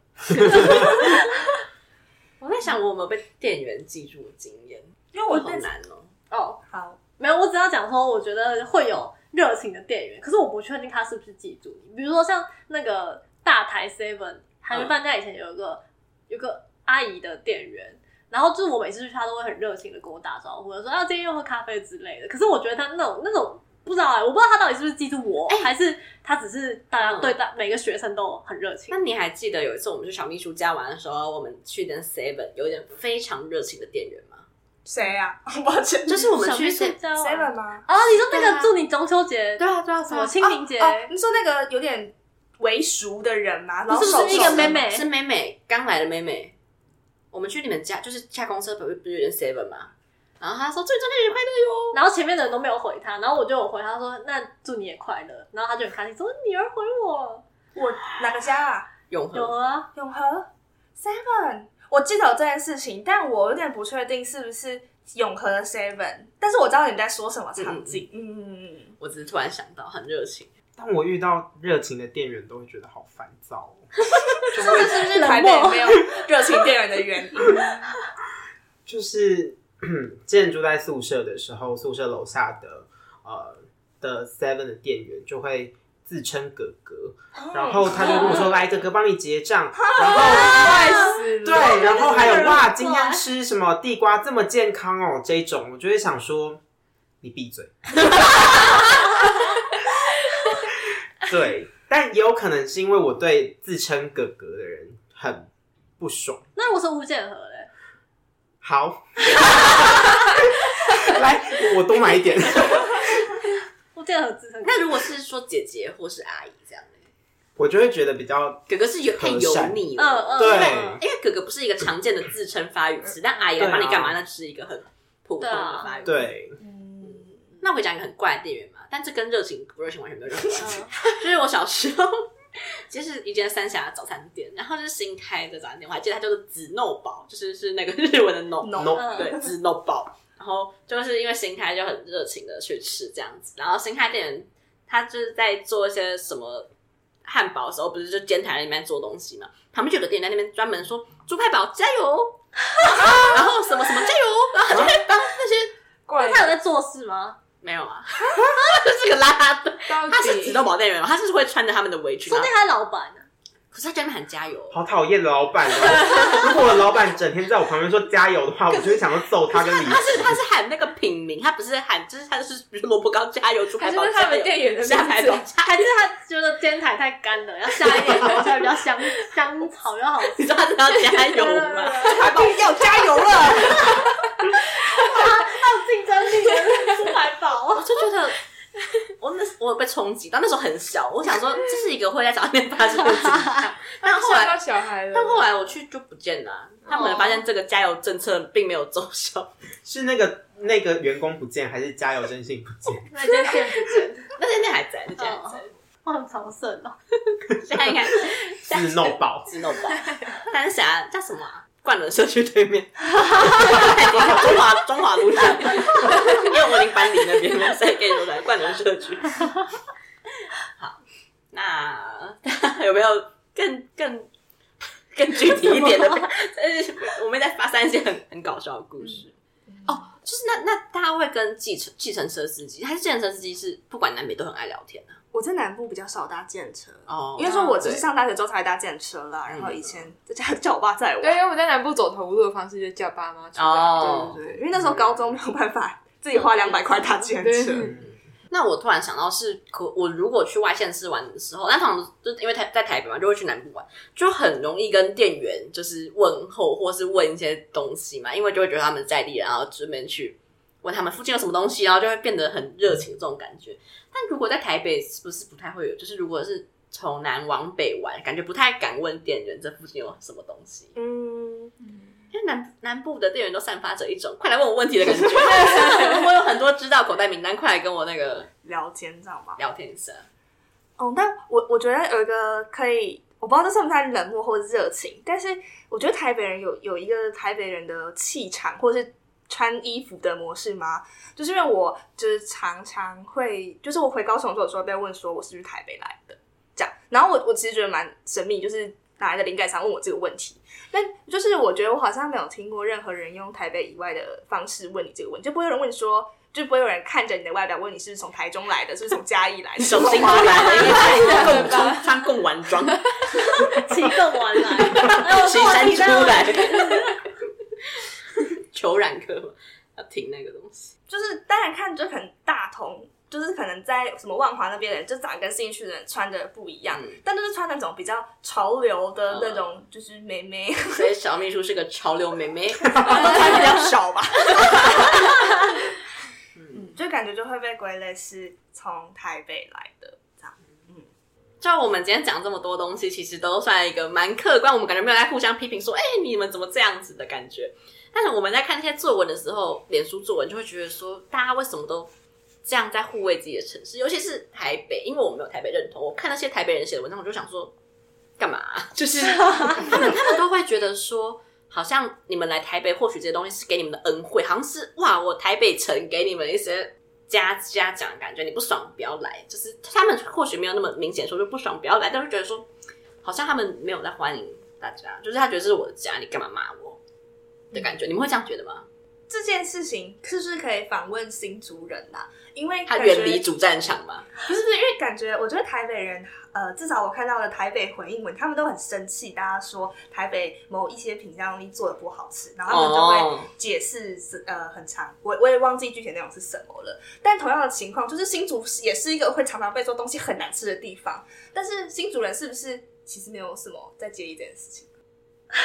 S4: 我在想我有没有被店员记住的经验，
S1: 因为
S4: 我
S1: 我
S4: 好
S1: 那
S4: 难哦。
S2: 哦，
S1: 好，
S2: 没有，我只要讲说，我觉得会有热情的店员，可是我不确定他是不是记住你。比如说像那个大台 Seven 韩国饭家以前有一个、有个阿姨的店员，然后就是我每次去，她都会很热情的跟我打招呼，说啊今天又喝咖啡之类的。可是我觉得她那种那种。不知道哎、我不知道她到底是不是记住我，还是她只是大家对大、每个学生都很热情
S4: 那。你还记得有一次我们去小秘书家玩的时候，我们去的 Seven 有一点非常热情的店员吗？
S1: 谁呀？ 抱歉，
S4: 就是我们
S2: 小
S4: 去
S2: 秘书
S4: Se-
S2: 家玩
S1: Seven 吗？
S2: 啊，你说那
S4: 对啊
S2: 个祝你中秋节
S4: 对啊对啊，
S2: 什么清明节、
S1: 哦哦你说那个有点为熟的人吗？然后
S2: 是不
S1: 手
S2: 是一个
S1: 手
S2: 妹妹
S4: 是妹妹，刚来的妹妹。我们去你们家，就是下公车，不是不是有点 Seven 吗？然后她说：“祝你中秋节快乐哟
S2: 然后前面的人都没有回他，然后我就有回他说：“那祝你也快乐。”然后他就很开心说：“女儿回我，
S1: 我哪个家啊？！”
S4: 永
S2: 有
S4: 和
S2: 啊，
S1: 永和 Seven，我记得有这件事情，但我有点不确定是不是永和的 Seven，但是我知道你在说什么场景。嗯，
S4: 我只是突然想到，很热 情。
S6: 但我遇到热情的店员都会觉得好烦躁哦、
S1: 这是哦不是台
S5: 哦
S2: 冷
S1: 北
S2: 漠
S1: 没有热情店员的原因？
S6: 就是 之前住在宿舍的时候，宿舍楼下的呃的 Seven 的店员就会自称哥哥，然后
S1: 哦
S6: 他就跟我说：“来，哥哥帮你结账。”然后
S5: 坏死了！
S6: 对，然后还有哇，
S2: 很
S6: 今
S2: 怪
S6: 天吃什么地瓜这么健康哦，这种我就会想说，你闭嘴。 对，但也有可能是因为我对自称哥哥的人很不爽。
S2: 那我是吴建和嘞，
S6: 好，来，我多买一点。
S2: 吴建和自称
S4: 那如果是说姐姐或是阿姨这样的，
S6: 我就会觉得比较
S4: 哥哥是有太
S6: 和
S4: 油
S6: 善
S4: 腻
S2: 嗯
S4: 了。
S2: 嗯
S6: 对
S2: 嗯
S4: 因为哥哥不是一个常见的自称发语词，但阿姨来帮你干嘛？那是一个很普通的发语。。
S2: 啊
S6: 对，
S1: 嗯，
S4: 那我讲一个很怪的店员嘛，但这跟热情不热情完全没有任何关系。
S2: 嗯
S4: 就是我小时候，其实是一间三峡的早餐店，然后是新开的早餐店，我还记得它叫做紫肉堡，就是是那个 日文的 no，,
S1: 浓
S6: No
S2: 嗯
S4: 对，紫肉堡。然后就是因为新开就很热情的去吃这样子，然后新开店员他就是在做一些什么汉堡的时候，不是就煎台在那边做东西嘛，旁边就有个店员在那边专门说猪派堡加油， 然后什么什么加油，然后他就会帮那些
S5: 怪
S2: 他有在做事吗？
S4: 没有啊， 就是个邋遢的，
S5: 到
S4: 他是
S5: 底
S4: 紫肉堡店员嘛，他是会穿着他们的围裙，
S2: 说
S4: 然后
S2: 不定他是老板啊呢、
S4: 可是他在那边喊加油，
S6: 好讨厌老板哦。如果我老板整天在我旁边说加油的话，我就会想要揍他跟离
S4: 他是
S6: 职。
S4: 他是喊那个品名，他不是喊，就是他就是比如萝卜糕加油，猪排堡
S5: 还是他们
S4: 加油
S5: 店员的名字
S4: 下排堡 加
S2: 还
S4: 油
S2: 是他觉得煎台太干了，要下一点炒菜比 较香香草又好吃？
S4: 你知道他要加油 吗？
S1: 还帮要加油了。
S2: 他有竞争力的猪排
S4: 我
S2: 堡，
S4: 就觉得。我那我有被冲击到，那时候很小，我想说这是一个会在早餐发生的景象，但后
S5: 吓到
S4: 来
S5: 小孩了。
S4: 但后来我去就不见了啊、他们发现这个加油政策并没有奏效，
S6: 是那个那个员工不见，还是加油真心不见？
S2: 那间店不见，
S4: 那那那还在，那家还在，
S2: 我很朝圣哦。
S4: 现在应该
S6: 自弄宝。
S4: 自弄吧。但是啥叫什么啊？冠伦社区对 面，中华中华路上，因为我已经搬离那边了，所以可以说在冠伦社 区。好，那 有没有更更更具体一点的？但是 我们在发散一些很很搞笑的故事。哦，就是那那大家会跟计程计程车司机，还是计程车司机是不管南北都很爱聊天的、
S1: 我在南部比较少搭建车，
S4: 哦
S1: 因为说我只是上大学之后才搭建车啦，然后以前在家叫我爸载我，
S5: 对，因为我在南部走投无路的方式就是叫爸妈出来。
S4: 哦，
S1: 对对对，因为那时候高中没有办法自己花两百块搭建车，
S5: 对
S4: 那我突然想到是，可我如果去外县市玩的时候，那他们就是因为台在台北嘛，就会去南部玩，就很容易跟店员就是问候或是问一些东西嘛，因为就会觉得他们在地人，然后顺便去问他们附近有什么东西，然后就会变得很热情这种感觉。但如果在台北，是不是不太会有？就是如果是从南往北玩，感觉不太敢问店员这附近有什么东西，
S1: 嗯，
S4: 因为南南部的店员都散发着一种快来问我问题的感觉。我有很多知道口袋名单，快来跟我那个
S1: 聊天这样吧。
S4: 聊天一下。
S1: 哦，但我我觉得有一个可以，我不知道这算不算冷漠或者热情，但是我觉得台北人有有一个台北人的气场，或是穿衣服的模式吗？就是因为我就是常常会，就是我回高雄的时候，有时候被问说我是不是台北来的这样，然后我我其实觉得蛮神秘，就是哪来的灵感想问我这个问题。但就是我觉得我好像没有听过任何人用台北以外的方式问你这个问题，就不会有人问你说，就不会有人看着你的外表问你是不是从台中来的，是不是从嘉义来的，
S4: 手心都来了，因为穿共穿穿共玩 装，
S2: 骑更晚来，哎，我
S4: 骑
S2: 说我
S4: 山
S2: 提
S4: 出
S2: 到
S4: 来， 求染科嘛要停那个东西，
S1: 就是当然看就很大同，就是可能在什么万华那边的人，就长得跟新义区的人穿的不一样，
S4: 嗯
S1: 但就是穿那种比较潮流的那种，就是妹妹，
S4: 所以小秘书是个潮流妹 妹，
S1: 都穿比较少吧。嗯，就感觉就会被归类是从台北来的这样。
S4: 就我们今天讲这么多东西，其实都算一个蛮客观，我们感觉没有在互相批评说，哎、你们怎么这样子的感觉。但是我们在看那些作文的时候，脸书作文就会觉得说，大家为什么都这样在护卫自己的城市，尤其是台北，因为我没有台北认同，我看那些台北人写的文章，我就想说，干嘛、就是 他们他们都会觉得说。好像你们来台北获取这些东西是给你们的恩惠，好像是哇，我台北城给你们一些家家长的感觉，你不爽不要来，就是他们或许没有那么明显说就不爽不要来，但是觉得说好像他们没有在欢迎大家，就是他觉得这是我的家，你干嘛骂我的感觉，你们会这样觉得吗？
S1: 这件事情是不是可以访问新族人呐、因为
S4: 他
S1: 感觉
S4: 远离主战场嘛，
S1: 不是不是，因为感觉我觉得台北人，呃，至少我看到的台北回应文，他们都很生气，大家说台北某一些品相东西做的不好吃，然后他们就
S4: 哦
S1: 会解释是呃很长，我我也忘记具体内容是什么了。但同样的情况，就是新竹也是一个会常常被说东西很难吃的地方，但是新竹人是不是其实没有什么在介意这件事情？
S6: 他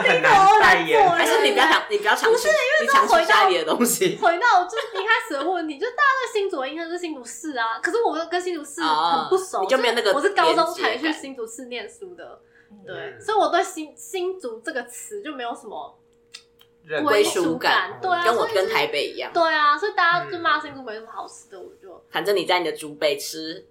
S6: 真的很难代言。
S4: 还是你不要想，你不要尝试，你尝
S2: 回
S4: 试
S2: 到
S4: 家里的东西。
S2: 回到就是一开始的问题，就是大家对新竹的印象是新竹市啊，可是我跟新竹市很不熟，
S4: 哦你就没有那个
S2: 我是高中
S4: 连
S2: 才
S4: 接感
S2: 去新竹市念书的，对，
S6: 嗯
S2: 所以我对新新竹这个词就没有什么
S6: 认
S4: 归属
S2: 属
S4: 感嗯
S2: 对啊，
S4: 跟我
S2: 所以
S4: 跟台嗯北一样，
S2: 对啊，所以大家就骂新竹没什么好吃的，我就
S4: 反正你在你的竹北吃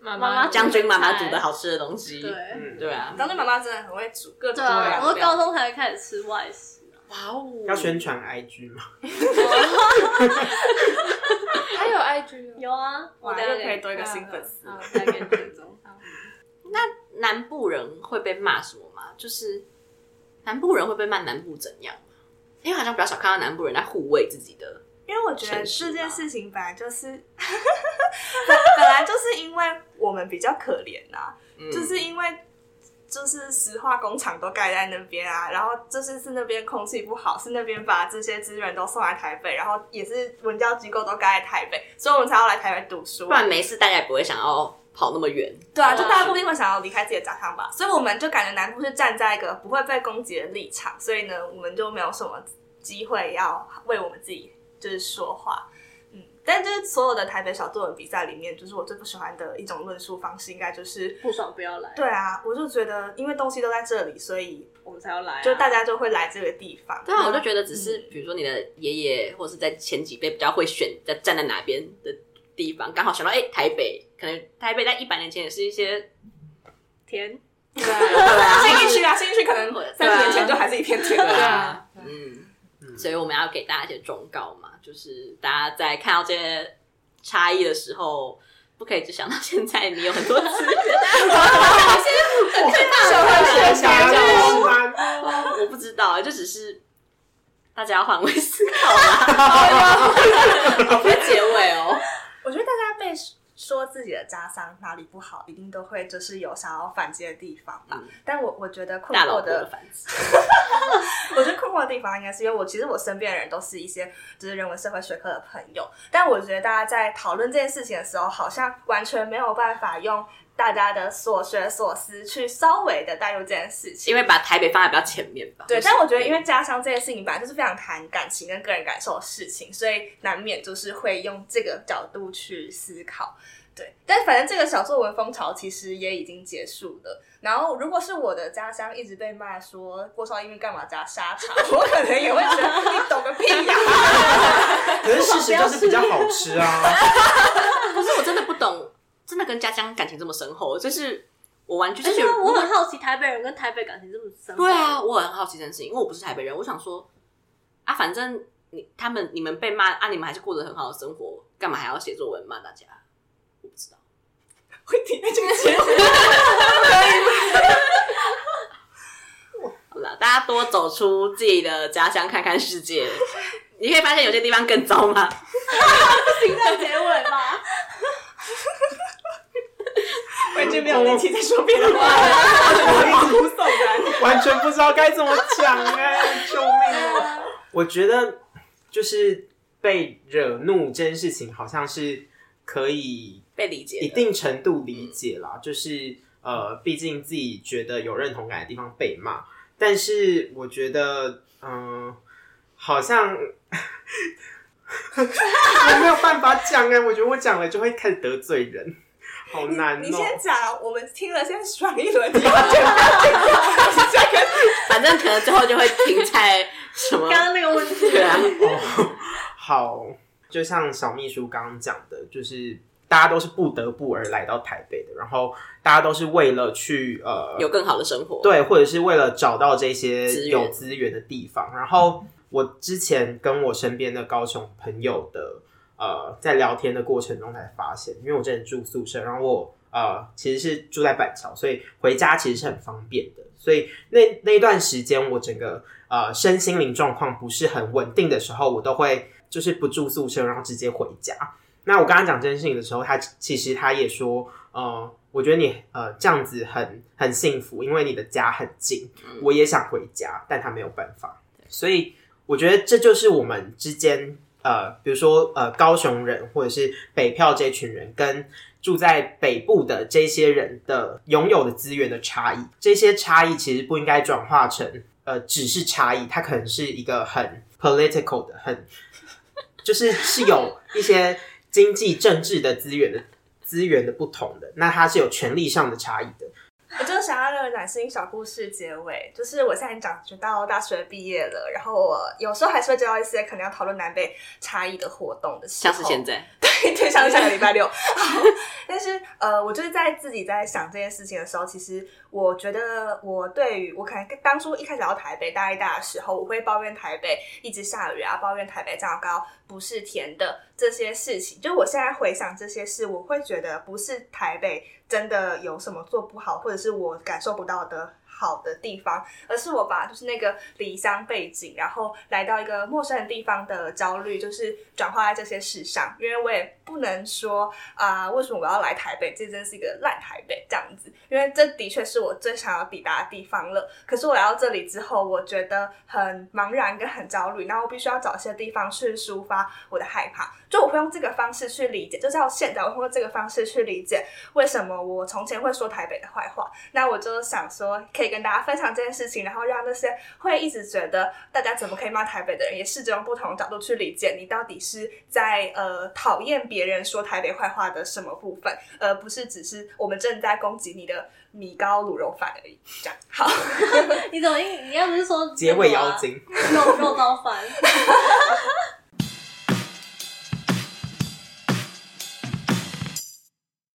S5: 妈
S2: 妈妈
S4: 将军妈妈煮的好吃的东西，
S2: 对
S6: 嗯，
S4: 对啊，
S1: 当时妈妈真的很会煮各种各
S2: 对啊，
S1: 样
S2: 我
S1: 的
S2: 是
S1: 料
S2: 高
S1: 理。
S2: 中才开始吃外食啊，
S4: 哇哦，
S6: 要宣传 IG 吗？
S5: 还有 IG 哦
S2: 有啊，
S1: 哇，
S2: 大
S1: 就可以多一个新粉丝。
S5: 好，大家给你追踪。好
S4: 南部人会被骂什么吗？就是南部人会被骂南部怎样？因为好像比较少看到南部人在护卫自己的，
S1: 因为我觉得
S4: 城市
S1: 这件
S4: 吧
S1: 事情本来就是， 本本来就是因为我们比较可怜呐、
S4: 嗯
S1: 就是因为就是石化工厂都盖在那边啊，然后就是是那边空气不好，是那边把这些资源都送来台北，然后也是文教机构都盖在台北，所以我们才要来台北读书啊
S4: 不。然没事，大家也不会想要跑那么远。
S1: 对啊，就大家不一定会想要离开自己的家乡吧，所以我们就感觉南部是站在一个不会被攻击的立场，所以呢，我们就没有什么机会要为我们自己就是说话。嗯，但就是所有的台北小作文比赛里面，就是我最不喜欢的一种论述方式，应该就是
S2: 不爽不要来，
S1: 对啊，我就觉得因为东西都在这里，所以
S2: 我们才要来啊，
S1: 就大家就会来这个地方。
S4: 对啊，我就觉得只是比如说你的爷爷或是在前几辈比较会选在站在哪边的地方，刚好想到哎、台北，可能台北在一百年前也是一些
S2: 甜
S1: 新一区嗯啊，新一区可能三十年前就还是一片田。
S4: 对
S5: 啊
S4: 啊，嗯，所以我们要给大家一些忠告嘛，就是大家在看到这些差异的时候，不可以只想到现在你有很 多资源，啊
S1: 啊
S5: 社会学
S6: 想要
S5: 家
S6: 吃
S4: 哦
S6: 吗？
S4: 我不知道，就只是大家要换位思考 啦。好会结尾哦，
S1: 我觉得大家被说自己的家乡哪里不好，一定都会就是有想要反击的地方吧。但我我觉得困
S4: 嗯大老
S1: 惑
S4: 婆的
S1: 的，
S4: 反思。
S1: 我觉得困惑的地方应该是因为我其实我身边的人都是一些就是人文社会学科的朋友，但我觉得大家在讨论这件事情的时候，好像完全没有办法用大家的所学所思去稍微的带入这件事情，
S4: 因为把台北放在比较前面吧。
S1: 对，但我觉得因为家乡这件事情本来就是非常谈感情跟个人感受的事情，所以难免就是会用这个角度去思考。对，但反正这个小作文风潮其实也已经结束了。然后，如果是我的家乡一直被骂说锅烧意面干嘛加沙茶，我可能也会觉得你懂个屁呀、
S6: 可是事实就是比较好吃啊。
S4: 可是我真的不懂，真的跟家乡感情这么深厚，就是我完全就
S2: 而
S1: 哎
S4: 是
S2: 且
S4: 有
S2: 哎我很好奇台北人跟台北感情这么深。
S4: 对， 啊，我很好奇这件事情，因为我不是台北人，我想说啊，反正你他们你们被骂啊，你们还是过得很好的生活，干嘛还要写作文骂大家？我不知道，
S1: 会体验这个结果。
S4: 好啦，大家多走出自己的家乡，看看世界，你可以发现有些地方更糟吗？
S2: 停在结尾
S1: 啊
S2: 吧。
S1: 我已经没有力气再说别的话了，我一直不送然。
S6: 完全不知道该怎么讲哎、救命、啊！ 我觉得就是被惹怒这件事情，好像是可以
S4: 被理解的，
S6: 一定程度理解啦，就是呃，毕竟自己觉得有认同感的地方被骂，但是我觉得，嗯、好像 我没有办法讲哎、我觉得我讲了就会开始得罪人，好难哦、
S1: 你先讲，我们听了先爽一 轮， 你要讲吗这个
S4: 反正可能最后就会停在什么。
S2: 刚刚那个问题，
S4: 对啊，
S6: 哦， 好，就像小秘书刚刚讲的，就是大家都是不得不而来到台北的，然后大家都是为了去呃
S4: 有更好的生活。
S6: 对，或者是为了找到这些
S4: 资源
S6: 有资源的地方。然后我之前跟我身边的高雄朋友的呃，在聊天的过程中才发现，因为我之前住宿舍，然后我呃其实是住在板桥，所以回家其实是很方便的。所以那那一段时间，我整个呃身心灵状况不是很稳定的时候，我都会就是不住宿舍，然后直接回家。那我跟他讲这件事情的时候，他其实他也说，呃，我觉得你呃这样子很很幸福，因为你的家很近。我也想回家，但他没有办法，所以我觉得这就是我们之间呃，比如说呃高雄人或者是北漂这群人跟住在北部的这些人的拥有的资源的差异，这些差异其实不应该转化成呃只是差异，它可能是一个很 political 的很就是是有一些经济政治的资源的资源的不同的，那它是有权利上的差异的。
S1: 我就想要用暖心小故事结尾，就是我现在长学到大学毕业了，然后我有时候还是会接到一些可能要讨论南北差异的活动的时候，
S4: 像是现在，
S1: 对，像是下个礼拜六。但是呃，我就是在自己在想这件事情的时候，其实我觉得我对于我可能当初一开始到台北大一大的时候，我会抱怨台北一直下雨啊，抱怨台北糟糕，不是甜的这些事情。就我现在回想这些事，我会觉得不是台北真的有什么做不好，或者是我感受不到的。好的地方，而是我把就是那个离乡背景，然后来到一个陌生的地方的焦虑，就是转化在这些事上。因为我也不能说啊、为什么我要来台北？这真是一个烂台北这样子，因为这的确是我最想要抵达的地方了。可是我来到这里之后，我觉得很茫然跟很焦虑，然后我必须要找一些地方去抒发我的害怕。就我会用这个方式去理解，就像现在我会用这个方式去理解为什么我从前会说台北的坏话。那我就想说，可以跟大家分享这件事情，然后让那些会一直觉得大家怎么可以骂台北的人，也试着用不同的角度去理解你到底是在呃讨厌别人说台北坏话的什么部分，而、不是只是我们正在攻击你的米糕卤肉饭而已。这样好，
S2: 你怎么一你要不是说啊
S6: 结尾妖精，
S2: 肉肉包饭？